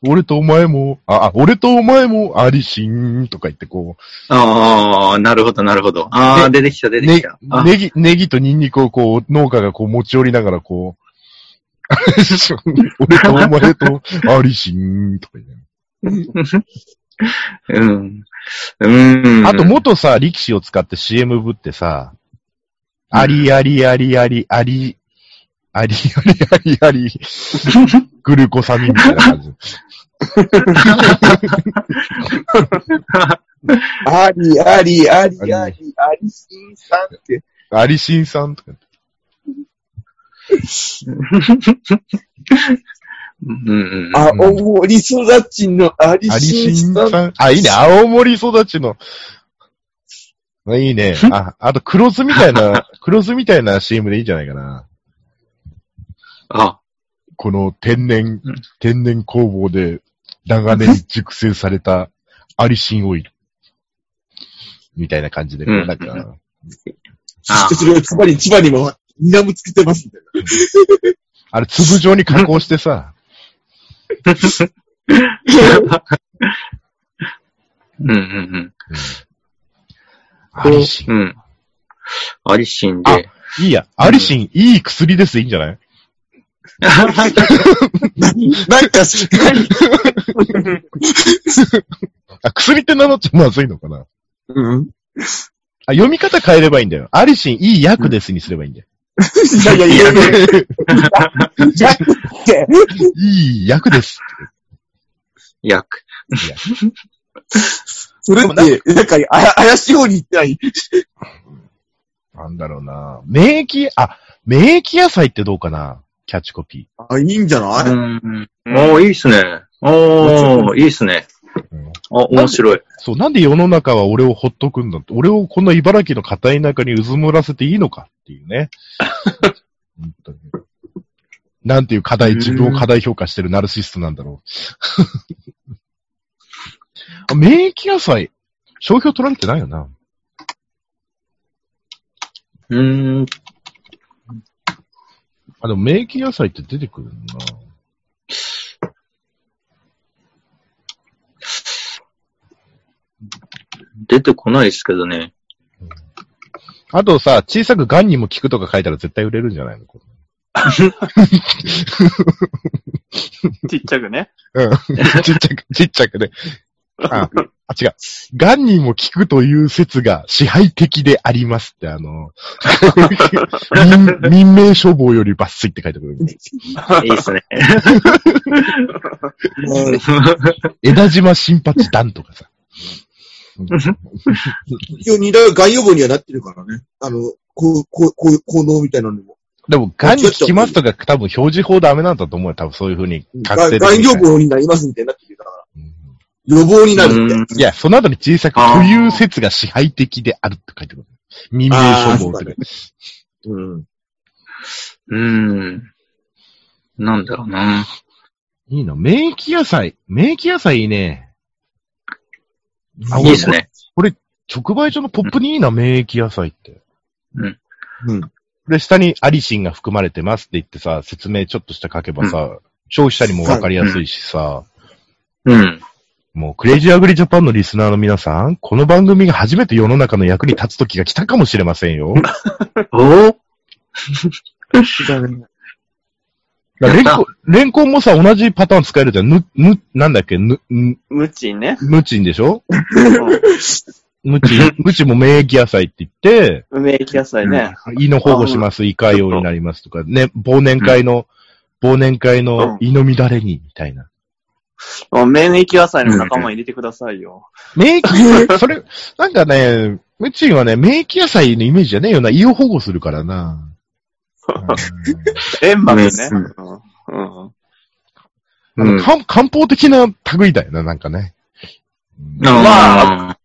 Speaker 1: 俺とお前も、あ、あ俺とお前も、アリシンとか言ってこう、
Speaker 2: ああ、なるほど、なるほど。ああ、出てきた、出てき
Speaker 1: ね
Speaker 2: た。あ、
Speaker 1: ネギ、ネギとニンニクをこう、農家がこう持ち寄りながらこう、
Speaker 2: [laughs]
Speaker 1: [laughs] 俺とお前と、アリシンとか言うね
Speaker 2: うん。うん。
Speaker 1: あと元さ、力士を使って CM ぶってさ、
Speaker 2: うん
Speaker 1: ありありありありあり、ありありありあり、グルコサミンみたいな感じ。
Speaker 3: あり、あり、あり、あり、ありしんさんって。
Speaker 1: アリシンさんとか。
Speaker 2: うんうんうん。
Speaker 3: あ、おもりそだちのあり
Speaker 1: アリ
Speaker 3: し
Speaker 1: シ
Speaker 3: ん
Speaker 1: ン
Speaker 3: さん。
Speaker 1: さん。あ、いいね。青森育ちの。いいね。あ、あと黒酢みたいな、黒酢みたいな CM でいいんじゃないかな。
Speaker 2: あ、
Speaker 1: この天然
Speaker 2: うん、
Speaker 1: 天然工房で長年熟成されたアリシンオイル。みたいな感じで、こ
Speaker 2: う
Speaker 1: うんなんか、
Speaker 2: あ
Speaker 3: そしてそれをつまり千葉にも、ニラも作ってますんで。
Speaker 1: あれ粒状に加工してさ、
Speaker 2: うんうんうん。
Speaker 1: アリシン
Speaker 2: う。ん。アリシン
Speaker 1: あ
Speaker 2: で。
Speaker 1: いいや、アリシン、いい薬です、いいんじゃない
Speaker 3: なんか、す
Speaker 1: あ、薬って名乗っちゃまずいのかな
Speaker 3: うん。
Speaker 1: あ、読み方変えればいいんだよ。アリシン、いい薬ですにすればいいんだよ。
Speaker 3: いやいやいやいや。だって、
Speaker 1: [laughs] いい薬ですって。
Speaker 2: 薬。
Speaker 3: それって、なんか、あや怪しい方に言ってない。
Speaker 1: なんだろうな。免疫、あ、免疫野菜ってどうかなキャッチコピ
Speaker 3: あ、いいんじゃな
Speaker 2: う
Speaker 3: い
Speaker 2: ん。おー、いいっすね。おー、いいっすね。
Speaker 1: ー。うん
Speaker 2: あ、面白い。
Speaker 1: そう、なんで世の中は俺をほっとくんだって俺をこんな茨城の片田舎にうずむらせていいのかっていうね。本当になんていう課題、自分を過大評価してるナルシストなんだろう。あ免疫野菜、商標取られてないよな。
Speaker 2: うーん。
Speaker 1: あ、でも免疫野菜って出てくるな。
Speaker 2: 出てこないですけどね。
Speaker 1: あとさ、小さく癌にも効くとか書いたら絶対売れるんじゃないのこ
Speaker 5: [laughs] ちっちゃくね。
Speaker 1: れうん。ちっちゃく、ちっちゃくね。あ、あ違う。癌にも効くという説が支配的でありますって、あ
Speaker 5: [laughs]
Speaker 1: の、民民命処方より抜粋って書いてくる。
Speaker 2: いいっすね。
Speaker 3: うん
Speaker 1: 枝島新八団とかさ。
Speaker 3: 一応、二大がん予防にはなってるからね。あの、こう、こう、こう、効能みたいなのにも。
Speaker 1: でも、癌に効きますとか、多分表示法ダメなんだと思うよ。多分そういうふうに
Speaker 3: が
Speaker 1: 確定
Speaker 3: ん
Speaker 1: 的
Speaker 3: がん
Speaker 1: に
Speaker 3: 予防になりますみたいになってるから。
Speaker 1: うん
Speaker 3: 予防になるって。
Speaker 2: うん
Speaker 1: いや、その後に小さく、という説が支配的であるって書いてくる。民命処方ってね。
Speaker 3: うん。
Speaker 2: うん。なんだろうな。
Speaker 1: いいな。免疫野菜。免疫野菜いいね。あ
Speaker 2: いいっすね。
Speaker 1: 直売所のポップにいいな、免疫野菜って。
Speaker 2: うん。
Speaker 3: うん
Speaker 1: で、下にアリシンが含まれてますって言ってさ、説明ちょっとして書けばさ、消費者にもわかりやすいしさ、
Speaker 2: うん。
Speaker 1: もうクレイジーアグリジャパンのリスナーの皆さん、この番組が初めて世の中の役に立つ時が来たかもしれませんよ。だか
Speaker 2: おー
Speaker 1: らレンコン、レンコンもさ、同じパターン使えるじゃん。ぬ、ぬ、なんだっけ、ぬ、ぬ、
Speaker 5: 無知ね。
Speaker 1: ムチンでしょ
Speaker 5: う
Speaker 1: ムチン、ムチンも免疫野菜って言って、
Speaker 5: ん免疫野菜ね。
Speaker 1: 胃の保護します、胃潰瘍になりますとか、ね、忘年会の、忘年会の胃の乱れに、みたいな。
Speaker 5: もう免疫野菜の仲間入れてくださいよ。
Speaker 1: 免疫、それ、なんかね、ムチンはね、免疫野菜のイメージじゃねえよな、胃を保護するからな。
Speaker 5: 煙幕ね。うんうん
Speaker 1: [laughs] うんあの漢漢方的な類だよな、なんかね。うん
Speaker 2: まあ、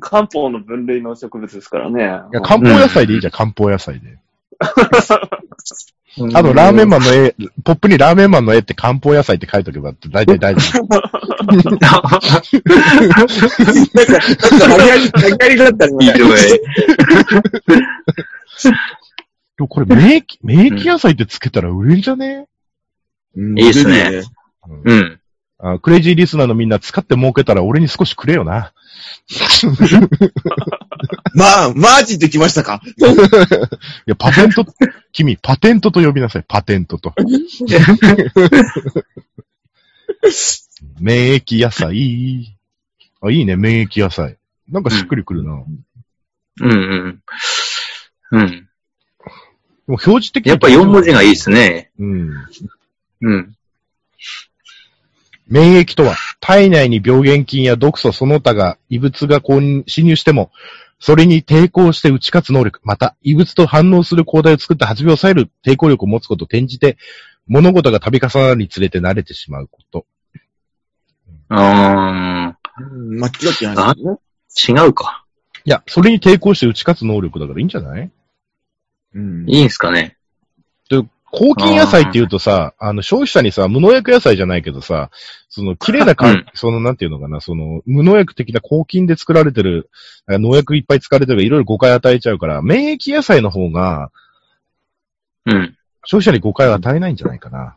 Speaker 5: 漢方の分類の植物ですからね。
Speaker 1: いや漢方野菜でいいじゃん、漢方野菜で。あと、ラーメンマンの絵、ポップにラーメンマンの絵って漢方野菜って書いとけば、大
Speaker 2: [laughs]
Speaker 1: 体大丈夫。
Speaker 3: なんか、なんか、投げやり、投げやりだった
Speaker 2: いい
Speaker 3: ね。
Speaker 2: とこへ。
Speaker 1: でもこれ、免疫、免疫野菜ってつけたら売れるんじゃね
Speaker 3: うん
Speaker 2: いいっすね。うん。
Speaker 1: あクレイジーリスナーのみんな使って儲けたら俺に少しくれよな。
Speaker 3: まあ、マージンできましたか。
Speaker 1: いや、パテント、君、パテントと呼びなさい、パテント
Speaker 2: [laughs]
Speaker 1: と。免疫野菜。あ、いいね、免疫野菜。なんかしっくりくるな。で
Speaker 2: うんうん。うん。
Speaker 1: も表示的に
Speaker 2: やっぱ4文字がいいですね。
Speaker 1: うん。
Speaker 2: うん。
Speaker 1: 免疫とは、体内に病原菌や毒素その他が異物が混侵入しても、それに抵抗して打ち勝つ能力、また異物と反応する抗体を作って発病を抑える抵抗力を持つことを転じて、物事が度重なるにつれて慣れてしまうこと。
Speaker 2: あ
Speaker 3: うん間違ってないですね。
Speaker 2: ー、違うか。
Speaker 1: いや、それに抵抗して打ち勝つ能力だからいいんじゃない
Speaker 3: うん。
Speaker 2: いいんすかね。
Speaker 1: 抗菌野菜って言うとさ、あの、消費者にさ、無農薬野菜じゃないけどさ、その、綺麗なか、
Speaker 2: うん
Speaker 1: その、なんていうのかな、その、無農薬的な抗菌で作られてる、あ農薬いっぱい使われてるから、いろいろ誤解与えちゃうから、免疫野菜の方が、
Speaker 2: うん。
Speaker 1: 消費者に誤解を与えないんじゃないかな。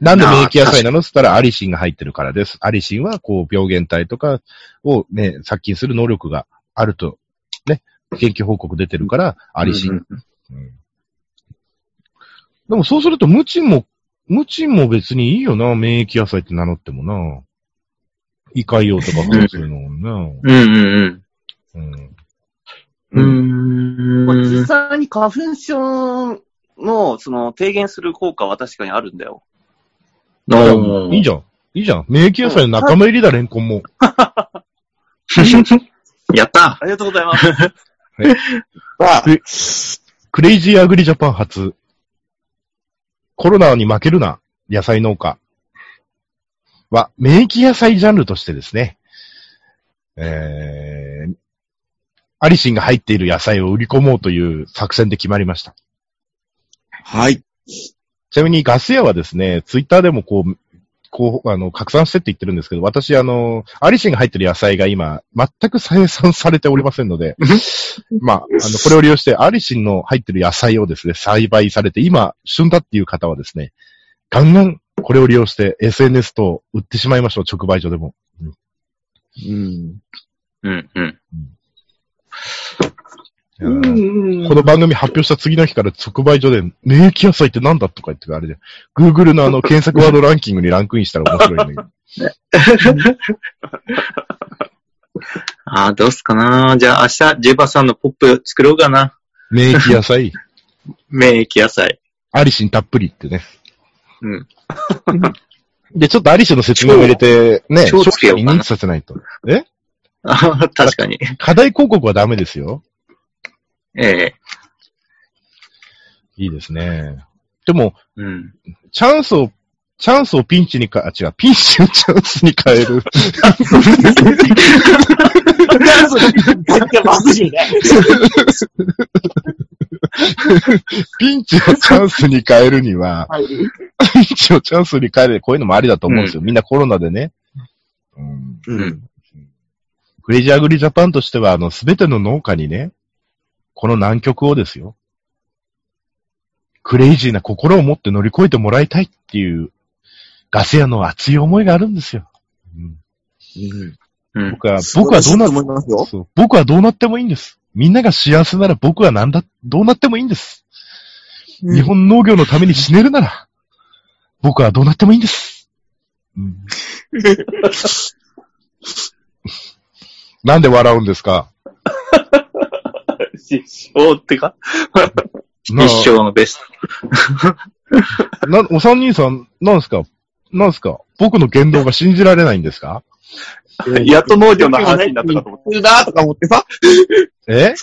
Speaker 1: なんで免疫野菜なのって言ったら、アリシンが入ってるからです。アリシンは、こう、病原体とかをね、殺菌する能力があると、ね、研究報告出てるから、アリシン。うんでもそうすると、無賃も、無賃も別にいいよな、免疫野菜って名乗ってもな。胃潰瘍とかそうするのもな。
Speaker 2: うんうん
Speaker 1: うん。
Speaker 2: う
Speaker 3: うん。
Speaker 2: ん。
Speaker 5: まあ
Speaker 2: うー
Speaker 5: 実
Speaker 2: ん。
Speaker 5: 際に花粉症の、その、低減する効果は確かにあるんだよ。
Speaker 1: いやいいじゃん。いいじゃん。免疫野菜の仲間入りだ、レンコンも。
Speaker 2: やった
Speaker 5: ありがとうございます。
Speaker 3: まあ、
Speaker 1: クレイジーアグリジャパン初。コロナに負けるな、野菜農家。は、免疫野菜ジャンルとしてですね、えー、アリシンが入っている野菜を売り込もうという作戦で決まりました。
Speaker 3: はい。
Speaker 1: ちなみにガス屋はですね、ツイッターでもこう、こう、あの、拡散してって言ってるんですけど、私、あの、アリシンが入ってる野菜が今、全く生産されておりませんので、まあ、あの、これを利用して、アリシンの入ってる野菜をですね、栽培されて、今、旬だっていう方はですね、ガンガン、これを利用して、SNS と売ってしまいましょう、直売所でも。
Speaker 3: うん。
Speaker 2: うん、うん。
Speaker 1: いやーこの番組発表した次の日から直売所で、免疫野菜ってなんだとか言ってあれで、Google のあの検索ワードランキングにランクインしたら面白いんだけど。
Speaker 2: ああ、どうすかなじゃあ明日、ジェバさんのポップ作ろうかな。
Speaker 1: 免疫野菜、
Speaker 2: 免疫野菜。
Speaker 1: アリシンたっぷりってね。
Speaker 2: うん。
Speaker 1: で、ちょっとアリシンの説明を入れて、ね、
Speaker 2: 超超つけようかな
Speaker 1: 認知させないと。え
Speaker 2: ああ、確かに。
Speaker 1: 課題広告はダメですよ。
Speaker 2: ええ
Speaker 1: いいですね。でも、
Speaker 2: うん。
Speaker 1: チャンスを、チャンスをピンチにか、あ、違う、ピンチをチャンスに変える。
Speaker 6: 絶対まずいね。
Speaker 1: ピンチをチャンスに変えるには、
Speaker 6: はい。
Speaker 1: ピンチをチャンスに変える、こういうのもありだと思うんですよ。みんなコロナでね。うん
Speaker 3: うん。
Speaker 1: クレイジーアグリジャパンとしては、あの、すべての農家にね、この難局をですよ、クレイジーな心を持って乗り越えてもらいたいっていう、ガス屋の熱い思いがあるんですよ。うん
Speaker 2: うん。
Speaker 1: 僕は、僕はどうな
Speaker 3: 素晴らしいと思いますよ
Speaker 1: そう僕はどうなってもいいんです。みんなが幸せなら僕はなんだ、どうなってもいいんです。日本農業のために死ねるなら、僕はどうなってもいいんです。うん、なんで笑うんですか
Speaker 5: 失笑ってか
Speaker 1: な
Speaker 2: 一生のベス
Speaker 1: な、お三人さん、なんすかなんすか僕の言動が信じられないんですか
Speaker 5: やっと農業の話になったかと思っ
Speaker 3: 言ってるなとか思ってさ、
Speaker 1: え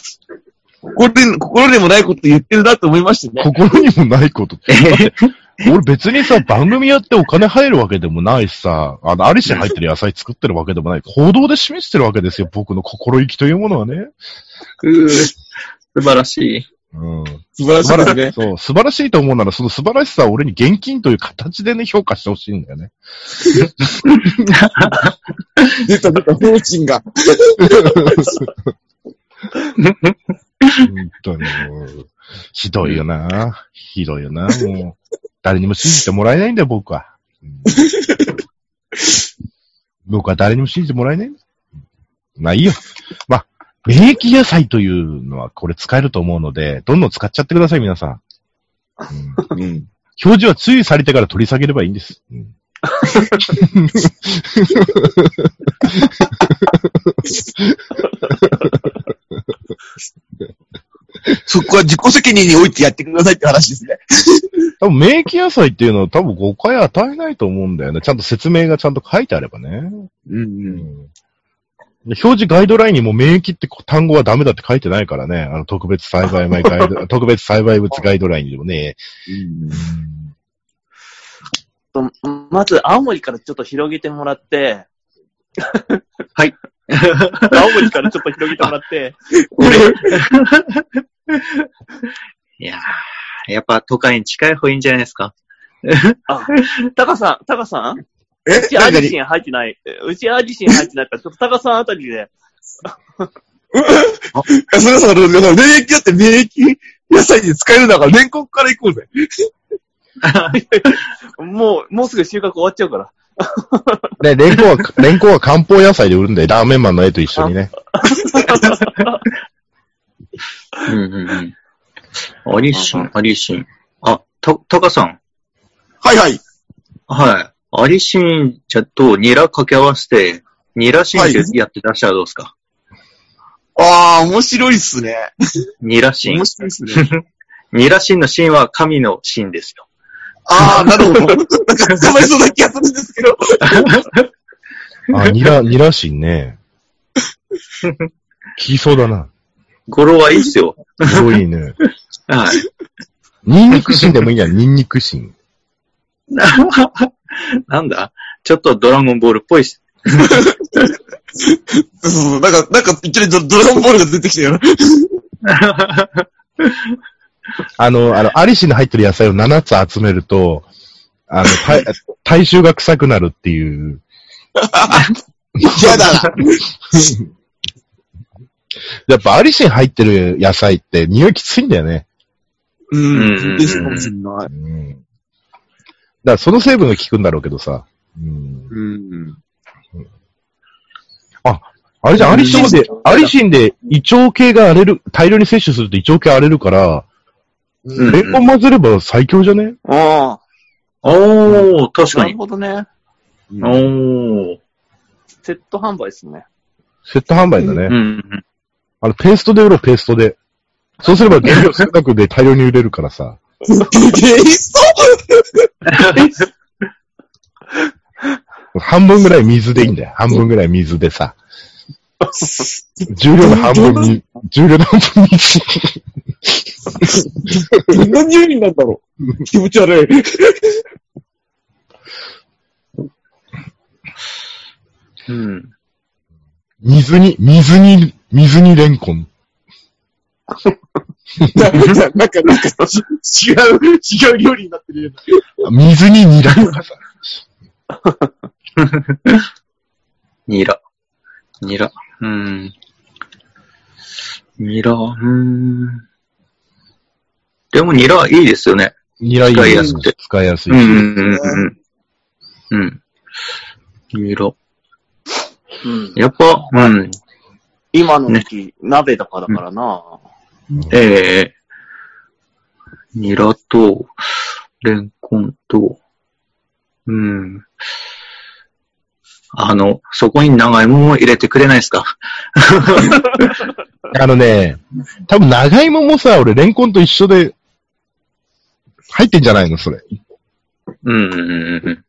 Speaker 3: 心で、心でもないこと言ってるなと思いましたね。
Speaker 1: 心にもない
Speaker 3: [laughs]
Speaker 1: ことって。だっ
Speaker 2: ト。
Speaker 1: て俺別にさ、番組やってお金入るわけでもないしさ、あの、アリシン入ってる野菜作ってるわけでもない。行動で示してるわけですよ、僕の心意気というものはね。
Speaker 2: うー素晴らしい。
Speaker 1: うん。
Speaker 3: 素晴らしいですね。
Speaker 1: そう、素晴らしいと思うなら、その素晴らしさを俺に現金という形でね、評価してほしいんだよね。
Speaker 3: 出た出た、表情が。
Speaker 1: 本当にもう、ひどいよな。ひどいよな。もう、誰にも信じてもらえないんだよ、僕は。うん僕は誰にも信じてもらえないんだ。まあいいよ。まあ、免疫野菜というのはこれ使えると思うので、どんどん使っちゃってください、皆さん。うん
Speaker 3: うん。
Speaker 1: 表示は注意されてから取り下げればいいんです。うん、
Speaker 3: そこは自己責任においてやってくださいって話ですね。
Speaker 1: 多分免疫野菜っていうのは多分誤解与えないと思うんだよね。ちゃんと説明がちゃんと書いてあればね。
Speaker 3: うんうん。
Speaker 1: 表示ガイドラインにも免疫って単語はダメだって書いてないからね。あの、特別栽培前ガイ [laughs] ド、特別栽培物ガイドラインでもね。
Speaker 6: とまず、青森からちょっと広げてもらって、
Speaker 2: はい。
Speaker 6: [laughs] 青森からちょっと広げてもらって、
Speaker 2: いやーやっぱ都会に近い方がいいんじゃないですか。
Speaker 6: あ、タカさん、タカさん
Speaker 3: え
Speaker 6: うちアジシン入ってない。うちアジシン入ってないから、ちょっとタカさんあたりで、
Speaker 3: いやそれさ、免疫だって免疫野菜で使えるんだから、年国から行こうぜ。
Speaker 6: もう、もうすぐ収穫終わっちゃうから。
Speaker 1: ね、レンコは、 [laughs] レンコは漢方野菜で売るんだよ。ラーメンマンの絵と一緒にね。
Speaker 2: うんうんうん。アリシン、アリシン。あ、た、タカさん。
Speaker 3: はいはい。
Speaker 2: はい。アリシン茶とニラ掛け合わせて、ニラシンってやって出したらどうですか、
Speaker 3: ああ、面白いっすね。
Speaker 2: ニラシン [laughs]
Speaker 3: 面。白いっすね。
Speaker 2: ニラシンのシンは神のシンですよ。
Speaker 3: ああ、なるほど。なんか捕まりそうな気がするんですけど。
Speaker 1: あ、ニラ、ニラシン [laughs] ね。効きそうだな。
Speaker 2: 語呂はいいっすよ。
Speaker 1: すごいいね。
Speaker 2: はい。 [laughs]
Speaker 1: ニンニクシンでもいいんじゃん、ニンニクシン。
Speaker 2: なんだちょっとドラゴンボールっぽ
Speaker 3: [laughs]
Speaker 2: いし。
Speaker 3: そうそうそう。なんか、なんか、いきなりドドラゴンボールが出てきたよ。
Speaker 1: あの、あの、アリシンの入ってる野菜を7つ集めると、
Speaker 2: [laughs]
Speaker 1: あの、体体臭が臭くなるっていう。
Speaker 3: [laughs] 嫌だな。
Speaker 1: やっぱアリシン入ってる野菜って匂いきついんだよね。
Speaker 3: う。
Speaker 2: うんん
Speaker 3: ですかもしれない。
Speaker 1: うん。だからその成分が効くんだろうけどさ。うん。
Speaker 6: うん。
Speaker 1: あれじゃん、
Speaker 3: うん
Speaker 1: アリシンで、アリシンで胃腸系が荒れる、大量に摂取すると胃腸系荒れるから、
Speaker 2: うん
Speaker 1: レンコン混ぜれば最強じゃね
Speaker 6: あ
Speaker 2: おー、確
Speaker 6: あ、な
Speaker 2: か
Speaker 6: る
Speaker 2: に。
Speaker 6: ほどね。
Speaker 2: おー。
Speaker 6: セット販売ですね。
Speaker 1: セット販売だ
Speaker 2: うんう
Speaker 1: ね。
Speaker 2: ん。
Speaker 1: あの、ペーストで売ろう、ペーストで。そうすれば原料少なくで大量に売れるからさ。
Speaker 3: テイスト
Speaker 1: 半分ぐらい水でいいんだよ。半分ぐらい水で
Speaker 2: [laughs]
Speaker 1: さ。重量の半分に、重量の半分に。
Speaker 3: どんな匂いになるんだろ
Speaker 7: [laughs]
Speaker 3: う。気持ち悪い。
Speaker 2: うん。
Speaker 1: 水に、水に、水にレンコン。
Speaker 3: ななんか、なんか、違う、違う料理になってるよ
Speaker 1: 水にニラ。
Speaker 2: ニラ。ニラ。うん。ニラ、うん。でもニラいいですよね。
Speaker 1: ニラいいよ
Speaker 2: 使いやすくて
Speaker 1: 使いやすい
Speaker 2: うん。うんうんうん。うん。ニラ。
Speaker 6: うん。
Speaker 2: やっぱ、うん。
Speaker 6: 今の時期、鍋とかだからな。
Speaker 2: ええニラと、レンコンと、うん。あの、そこに長芋も入れてくれないですか
Speaker 1: あのね、多分長芋もさ、俺レンコンと一緒で、入ってんじゃないのそれ。
Speaker 2: うんうんうんうん。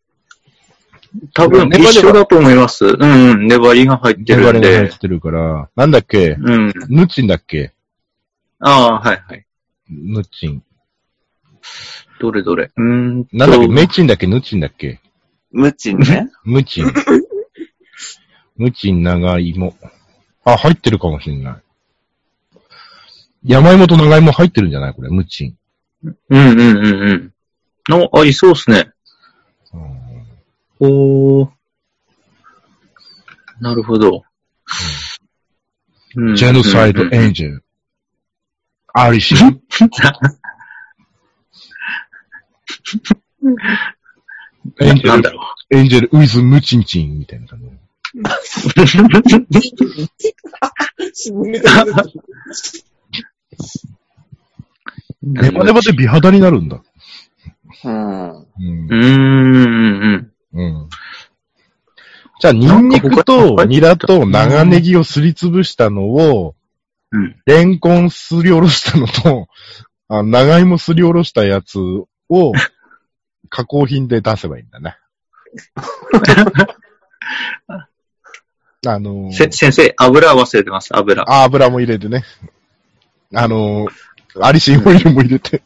Speaker 2: 多分一緒だと思います。うんうん、粘りが入って
Speaker 1: 我
Speaker 2: る
Speaker 1: 々
Speaker 2: ん
Speaker 1: が入
Speaker 2: で
Speaker 1: っ。てるから。なんだっけ
Speaker 2: うん。
Speaker 1: ヌチンだっけ
Speaker 2: ああ、はいはい。
Speaker 1: ヌチン。
Speaker 2: どれどれ。うーんと。
Speaker 1: なんだっけメチンだっけヌチンだっけ
Speaker 6: ムチンね。
Speaker 1: ム
Speaker 2: [laughs]
Speaker 1: チン。ムチン、長芋。あ、入ってるかもしんない。山芋と長芋入ってるんじゃないこれ、ムチン。
Speaker 2: うんうんうんうん。の、あ、いそうっすね。
Speaker 1: うん
Speaker 2: おー。なるほど。うん
Speaker 1: ジェノサイド
Speaker 2: うんうん
Speaker 1: エンジェル。アリ
Speaker 2: [laughs]
Speaker 1: シン。エンジ
Speaker 2: な
Speaker 1: ェ
Speaker 2: んだ
Speaker 1: ル、
Speaker 2: ろ
Speaker 1: エンジェル、ウィズムチンチンみたいな感じ。 [laughs]
Speaker 3: ね。
Speaker 2: う。
Speaker 1: ネバネバで美肌になるんだ。
Speaker 6: うん。
Speaker 1: うん
Speaker 2: うー。んうん
Speaker 1: うん。じゃあ、ニンニク
Speaker 2: なんか
Speaker 1: と
Speaker 2: 他に
Speaker 1: ニラと長ネギをすりつぶしたのを、
Speaker 2: うん
Speaker 1: レンコンすりおろしたのと、 [laughs] あ長芋すりおろしたやつを、
Speaker 2: [laughs]
Speaker 1: 加工品で出せばいいんだね。あの
Speaker 2: うん。
Speaker 1: ー
Speaker 2: せ、先生、油忘れてます、油。
Speaker 1: あ油も入れてね。あのーアリシンオイルも入れて。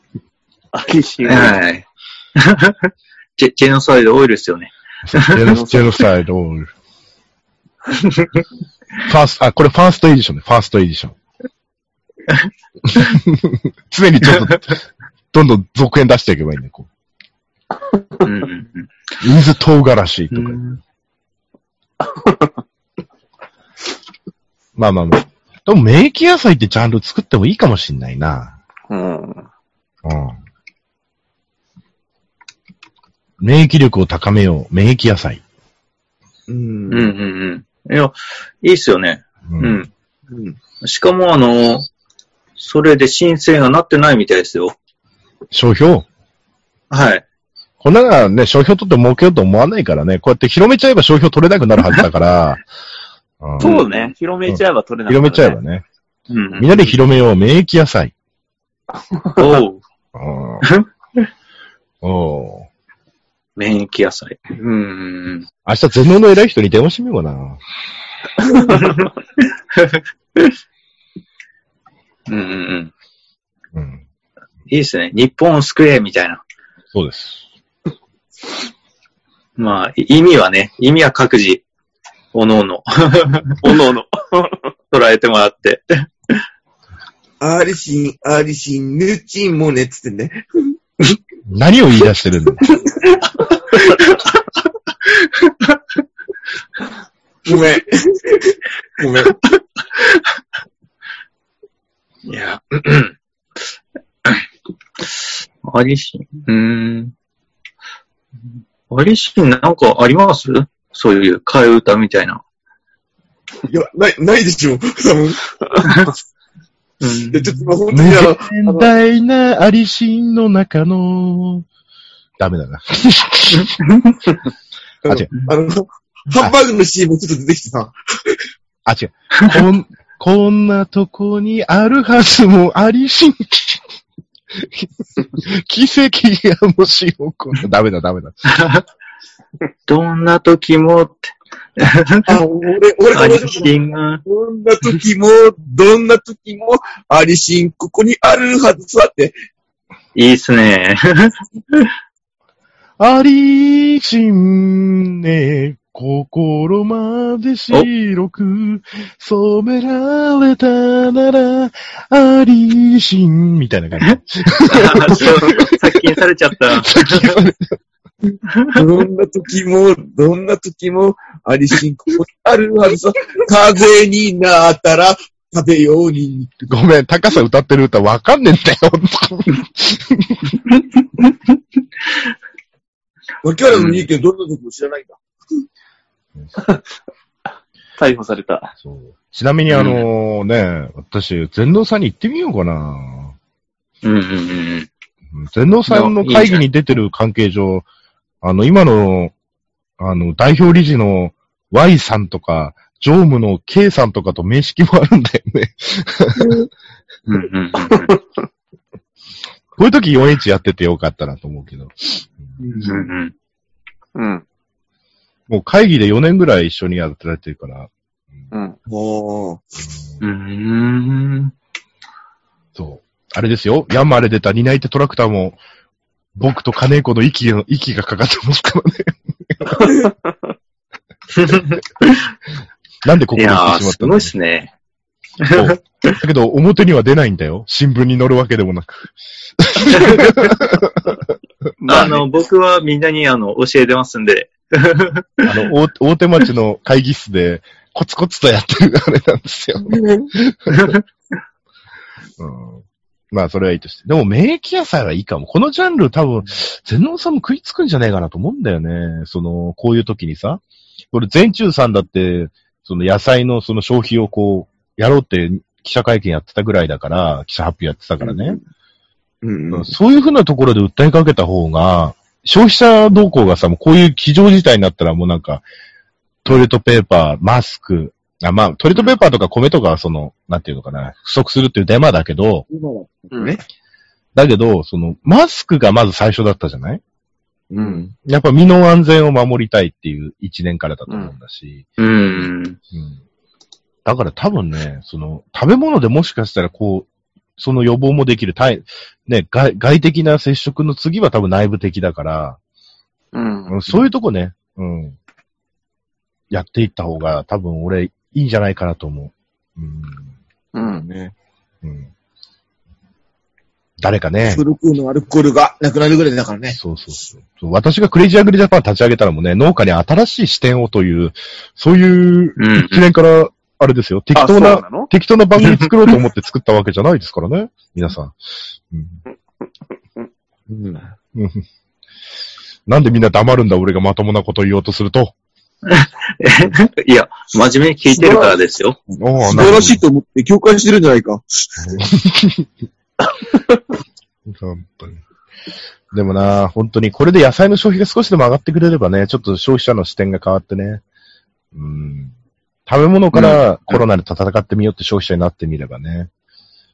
Speaker 6: アリシン。
Speaker 2: はい。 [laughs] ジェジェノサイドオイルですよね。
Speaker 1: ジェノ [laughs] ジェノサイドオイル。ファースト、あ、これファーストエディションね、ファーストエディション。常にちょっと、どんどん続編出していけばいいね、こ
Speaker 2: うんうんうん
Speaker 1: う。水唐辛子とか。
Speaker 2: うん
Speaker 1: [laughs] まあまあまあ。でも、免疫野菜ってジャンル作ってもいいかもしんないな。
Speaker 6: うん。
Speaker 1: うん。免疫力を高めよう。免疫野菜。
Speaker 6: うん
Speaker 2: うんうんうん。いや、いいっすよね。
Speaker 1: う。
Speaker 2: うんん。しかも、あの、それで申請がなってないみたいですよ。
Speaker 1: 商標
Speaker 2: はい。
Speaker 1: こんなのはね、商標取って儲けようと思わないからね、こうやって広めちゃえば商標取れなくなるはずだから、うん
Speaker 6: そうね。広めちゃえば取れない、
Speaker 1: 広めちゃえば。ね。
Speaker 2: うん
Speaker 1: みんなで広めよう、免疫野菜。
Speaker 2: おう。
Speaker 1: うんおう
Speaker 2: [laughs] 免疫野菜。うーん。
Speaker 1: 明日全能の偉い人に電話してみようかな。
Speaker 2: うんうん
Speaker 1: う
Speaker 2: うん。
Speaker 1: ん。
Speaker 2: いいですね。日本を救え、みたいな。
Speaker 1: そうです。
Speaker 2: まあ、意味はね、意味は各自、おのおの、
Speaker 5: おのおの。
Speaker 2: [laughs] 捉えてもらって。
Speaker 7: アリシン、アリシン、ヌチンもねっつってね。
Speaker 1: 何を言い出してるんだ
Speaker 7: ごめん。ごめん。
Speaker 2: いや、うんアリシン、うーん。アリシンなんかありますそういう替え歌みたいな。
Speaker 7: いや、ない、ないでしょ。多分。い
Speaker 2: うん
Speaker 7: や、ちょっと、本
Speaker 1: 無
Speaker 7: 当にあの、
Speaker 1: 限 [laughs] 大なアリシンの中の、ダメだな。あ、違う。
Speaker 7: あの、ハンバーグの CM ちょっと出てきてさ、
Speaker 1: あ、違う。こん、 [laughs] こんなとこにあるはずもありしん。奇跡やもしよこの。ダメだ、ダメだ。
Speaker 2: どんな時もって、
Speaker 7: あ、俺、俺、
Speaker 2: ア
Speaker 7: 俺
Speaker 2: リ、シンが、
Speaker 7: どんな時も、どんな時も、アリシン、ここにあるはずだって、
Speaker 2: いいっすね。
Speaker 1: ありしんね、心まで白く染められたなら、ありしん、みたいな感じ。
Speaker 2: 殺菌されちゃった。
Speaker 7: どんな時も、どんな時も、アリシン、ここにあるはずだ。風になったら、食べように。
Speaker 1: ごめん、高さん歌ってる歌わかんねえんだよ。
Speaker 7: わけわらの利益のどんな時も知らないんだ。
Speaker 6: 逮捕された。
Speaker 1: そうちなみにあのね、私、全能さんに行ってみようかな。
Speaker 2: うんうんうん
Speaker 1: 全能さんの会議に出てる関係上、あの、今の、あの、代表理事の Y さんとか、常務の K さんとかと面識もあるんだよね。 [laughs]
Speaker 2: うん。うんうん
Speaker 1: こういう時 4H やっててよかったなと思うけど。
Speaker 2: うんうんうん
Speaker 5: うん。
Speaker 1: もう会議で4年ぐらい一緒にやってられてるから、
Speaker 7: も
Speaker 2: うーん。
Speaker 1: そう。あれですよ。ヤンマーで出た担い手トラクターも、僕と金子の息の、息がかかってますからね。 [laughs] なんでここ
Speaker 2: い
Speaker 1: に行
Speaker 2: や
Speaker 1: ってし
Speaker 2: ー、
Speaker 1: まっ
Speaker 2: す
Speaker 1: た
Speaker 2: ごい
Speaker 1: の
Speaker 2: っすね。
Speaker 1: そうだけど、表には出ないんだよ。新聞に載るわけでもなく。
Speaker 2: あの、僕はみんなにあの、教えてますんで。
Speaker 1: あの、大大手町の会議室で、コツコツとやってるあれなんですよ。うん、まあ、それはいいとして。でも、免疫野菜はいいかも。このジャンル多分、全能さんも食いつくんじゃないかなと思うんだよね。その、こういう時にさ。これ、全中さんだって、その野菜のその消費をこう、やろうって記者会見やってたぐらいだから、記者発表やってたからね。
Speaker 7: うん。うん。
Speaker 1: そういうふうなところで訴えかけた方が、消費者動向がさ、もうこういう非常事態になったらもうなんか、トイレットペーパー、マスク、あまあ、トイレットペーパーとか米とかはその、なんていうのかな、不足するっていうデマだけど、
Speaker 7: ね。
Speaker 1: だけど、その、マスクがまず最初だったじゃない
Speaker 7: うん。
Speaker 1: やっぱ身の安全を守りたいっていう一年からだと思うんだし、
Speaker 2: うん。
Speaker 1: うんだから多分ね、その、食べ物でもしかしたらこう、その予防もできる、体ね、外外的な接触の次は多分内部的だから、
Speaker 5: うん。
Speaker 1: うんそういうとこね、うん。やっていった方が多分俺いいんじゃないかなと思う。うん。
Speaker 5: うん。
Speaker 7: ね。
Speaker 1: うん。誰かね。
Speaker 7: プルクのアルコールがなくなるぐらいだからね。
Speaker 1: そうそうそうそう。私がクレイジーアグリジャパン立ち上げたらもね、農家に新しい視点をという、そういう
Speaker 2: うん
Speaker 1: 一。年から、あれですよ、適
Speaker 5: あ、
Speaker 1: 当
Speaker 5: そう
Speaker 1: な、
Speaker 5: なの
Speaker 1: 適当な番組作ろうと思って作ったわけじゃないですからね、皆さん。うん
Speaker 7: うん。
Speaker 1: うんなんでみんな黙るんだ、俺がまともなこと言おうとすると。
Speaker 2: いや、真面目に聞いてるからですよ。
Speaker 1: 素晴
Speaker 7: 素晴らしいと思って共感してるんじゃないか。
Speaker 1: 本当に。でもな、本当に、これで野菜の消費が少しでも上がってくれればね、ちょっと消費者の視点が変わってね、うん、食べ物からコロナで戦ってみようって消費者になってみればね、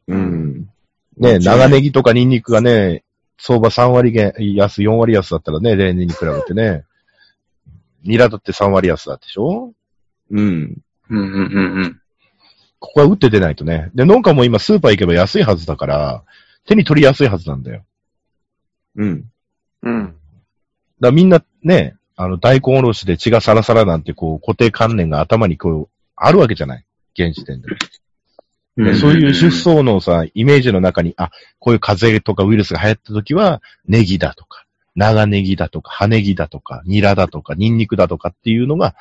Speaker 7: うん。
Speaker 1: ね、長ネギとかニンニクがね、相場3割減、安、4割安だったらね、例年に比べてね。ニラだって3割安だってでしょ
Speaker 7: うん。
Speaker 2: うんうんうんうん。
Speaker 1: ここは打って出ないとね。で、農家も今スーパー行けば安いはずだから、手に取りやすいはずなんだよ。
Speaker 7: うん。
Speaker 6: うん。
Speaker 1: だからみんなね、あの、大根おろしで血がサラサラなんてこう、固定観念が頭にこう、あるわけじゃない。現時点で。
Speaker 2: うん
Speaker 1: ねそういう出走のさ、イメージの中に、あ、こういう風邪とかウイルスが流行った時は、ネギだとか、長ネギだとか、葉ネギだとか、ニラだとか、ニンニクだとかっていうのが、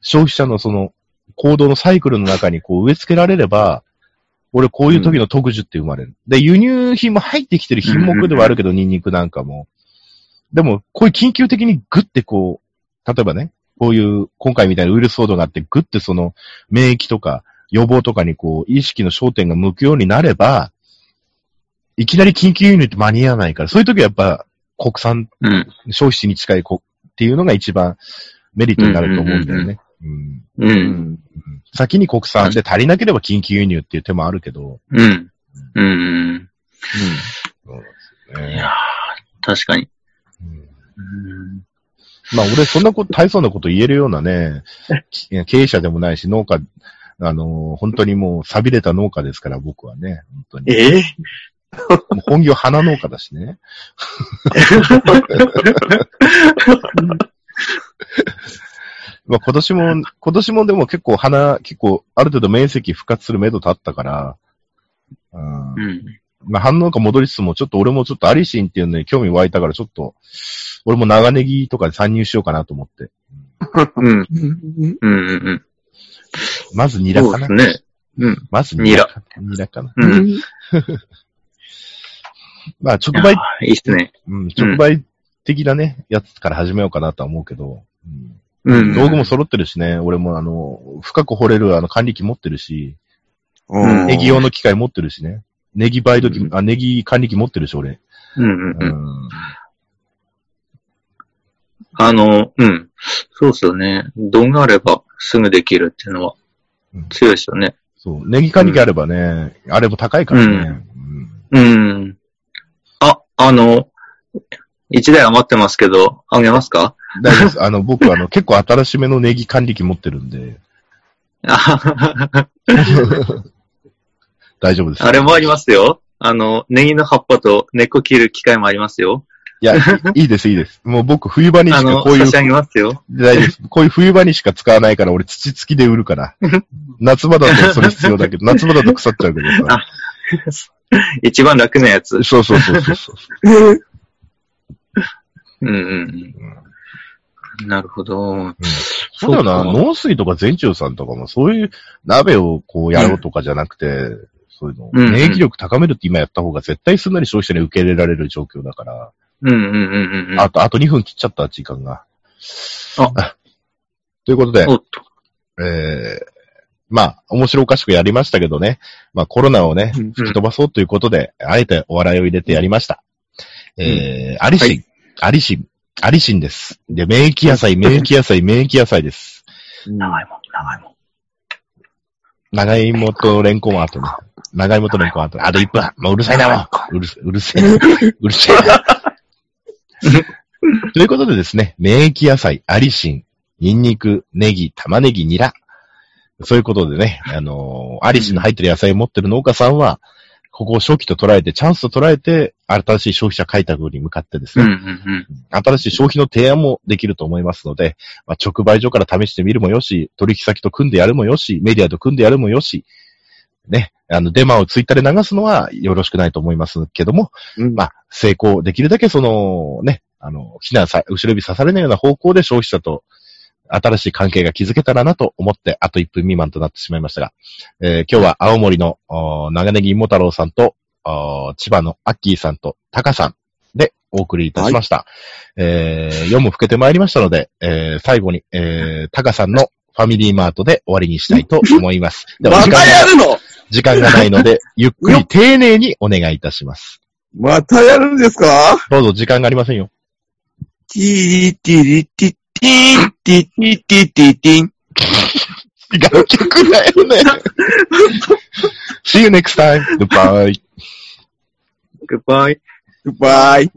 Speaker 1: 消費者のその、行動のサイクルの中にこう植え付けられれば、俺こういう時の特需って生まれる。で、輸入品も入ってきてる品目ではあるけど、ニンニクなんかも。でも、こういう緊急的にグッてこう、例えばね、こういう、今回みたいなウイルス騒動があって、グッてその、免疫とか、予防とかにこう、意識の焦点が向くようになれば、いきなり緊急輸入って間に合わないから、そういう時はやっぱ国産
Speaker 2: うん。
Speaker 1: 消費地に近いこっていうのが一番メリットになると思うんだよね。うん
Speaker 2: う。
Speaker 7: うんん。
Speaker 1: 先に国産で足りなければ緊急輸入っていう手もあるけど、
Speaker 2: うん。うん。い
Speaker 1: ね
Speaker 2: やー確かに。
Speaker 1: うんまあ俺そんなこと、大層なこと言えるようなね、 [laughs] き経営者でもないし農家、あのー本当にもう錆びれた農家ですから僕はね、本当に。
Speaker 6: ええ
Speaker 1: もう本業花農家だし
Speaker 2: [laughs]
Speaker 1: ね。まあ今年も、今年もでも結構花、結構ある程度面積復活する目処立ったから、うん
Speaker 2: うん。
Speaker 1: まあ、反応が戻りつつも、ちょっと俺もちょっとアリシンっていうのに興味湧いたから、ちょっと、俺も長ネギとかで参入しようかなと思って。
Speaker 2: うん。
Speaker 7: うん。
Speaker 2: うん。うん。
Speaker 1: まずニラ
Speaker 2: そ
Speaker 1: か
Speaker 2: うで
Speaker 1: な。
Speaker 2: すね。うん。
Speaker 1: まずニラかな。ニラかな。
Speaker 2: うん。
Speaker 1: まあ直売、
Speaker 2: いいっすね。
Speaker 1: うん、直売的なね、やつから始めようかなとは思うけど、うん
Speaker 2: うん。
Speaker 1: 道具も揃ってるしね、俺もあの、深く掘れるあの管理機持ってるし、
Speaker 2: うん
Speaker 1: ネギ用の機械持ってるしね。ネギバイド機、
Speaker 2: うん
Speaker 1: あ、ネギ管理機持ってるし、俺。
Speaker 2: うんうん
Speaker 1: う
Speaker 2: うん。
Speaker 1: ん。
Speaker 2: あの、うん。そうっすよね。道具あればすぐできるっていうのは
Speaker 1: うん
Speaker 2: 強いですよね。
Speaker 1: そう。ネギ管理機あればね、あれも高いからね。うん
Speaker 2: うん。あ、あの、一台余ってますけど、あげますか [laughs]
Speaker 1: 大丈夫です。あの、僕、あの、 [laughs] 結構新しめのネギ管理機持ってるんで、
Speaker 2: あははは
Speaker 1: 大丈夫です。
Speaker 2: あれもあり
Speaker 1: い
Speaker 2: ますよ。あの、ネギの葉っぱと根っこ切る機械もありますよ。
Speaker 1: や、いいいです、いいです。もう僕、冬場に
Speaker 2: あ
Speaker 1: しか
Speaker 2: の、
Speaker 1: こういう
Speaker 2: 差し、上げますよ。
Speaker 1: 大丈夫です。こういう冬場にしか使わないから、俺、土付きで売るから。夏場だとそれ必要だけど、夏場だと腐っちゃうけど
Speaker 2: [laughs]
Speaker 1: さ。
Speaker 2: 一番楽なやつ。
Speaker 1: そうそうそうそうそう。
Speaker 2: うんうんうん。なるほど。
Speaker 1: そうだよな、農水とか全中さんとかも、そういう鍋をこうやろうとかじゃなくて、そういうの、
Speaker 2: うんうん
Speaker 1: 免疫力高めるって今やった方が絶対すんなり消費者に受け入れられる状況だから、
Speaker 2: うんうんうんうん。
Speaker 1: あと、あと2分切っちゃった、時間が。
Speaker 2: あ
Speaker 1: [laughs] ということで、
Speaker 2: おっと。
Speaker 1: えー、まあ、面白おかしくやりましたけどね、まあコロナをね、吹き飛ばそうということで、あえてお笑いを入れてやりました。えー、アリシン、アリシン、アリシンです。で、免疫野 [laughs] 菜、免疫野菜、免疫野菜です。
Speaker 2: 長いもん、長いもん。
Speaker 1: 長芋とレンコンは後ね。長芋とレンコンは後ね。あと1分。もううるさいな、もう。うるせうるせえな。うるせえな。ということでですね、免疫野菜、アリシン、ニンニク、ネギ、玉ねぎ、ニラ。そういうことでね、あのーアリシンの入ってる野菜を持ってる農家さんは、ここを初期と捉えて、チャンスと捉えて、新しい消費者開拓に向かってです
Speaker 2: うん
Speaker 1: ね、
Speaker 2: うんうん。
Speaker 1: 新しい消費の提案もできると思いますので、まあ、直売所から試してみるもよし、取引先と組んでやるもよし、メディアと組んでやるもよし、ね、あの、デマをツイッターで流すのはよろしくないと思いますけども、
Speaker 7: うん
Speaker 1: まあ、成功、できるだけその、ね、あの、避難さ、後ろ指刺されないような方向で消費者と新しい関係が築けたらなと思って、あと1分未満となってしまいましたが、えー今日は青森のお長ネギ芋太郎さんと、お千葉のアッキーさんとタカさんでお送りいたしました。えー、夜も更けてまいりましたので、えー、最後に、えー、タカさんのファミリーマートで終わりにしたいと思います。では
Speaker 7: [laughs] ま
Speaker 1: 時間
Speaker 7: たや
Speaker 1: が
Speaker 7: るの
Speaker 1: 時間がないの
Speaker 7: [laughs]
Speaker 1: で、ゆっくり丁寧にお願いいたします。
Speaker 7: またやるんですか
Speaker 1: どうぞ時間がありませんよ。
Speaker 7: ティリティリティティン、ティリティティティン。
Speaker 1: 違う曲だよね。See you next time. Goodbye.
Speaker 2: Goodbye.
Speaker 7: グッバイ。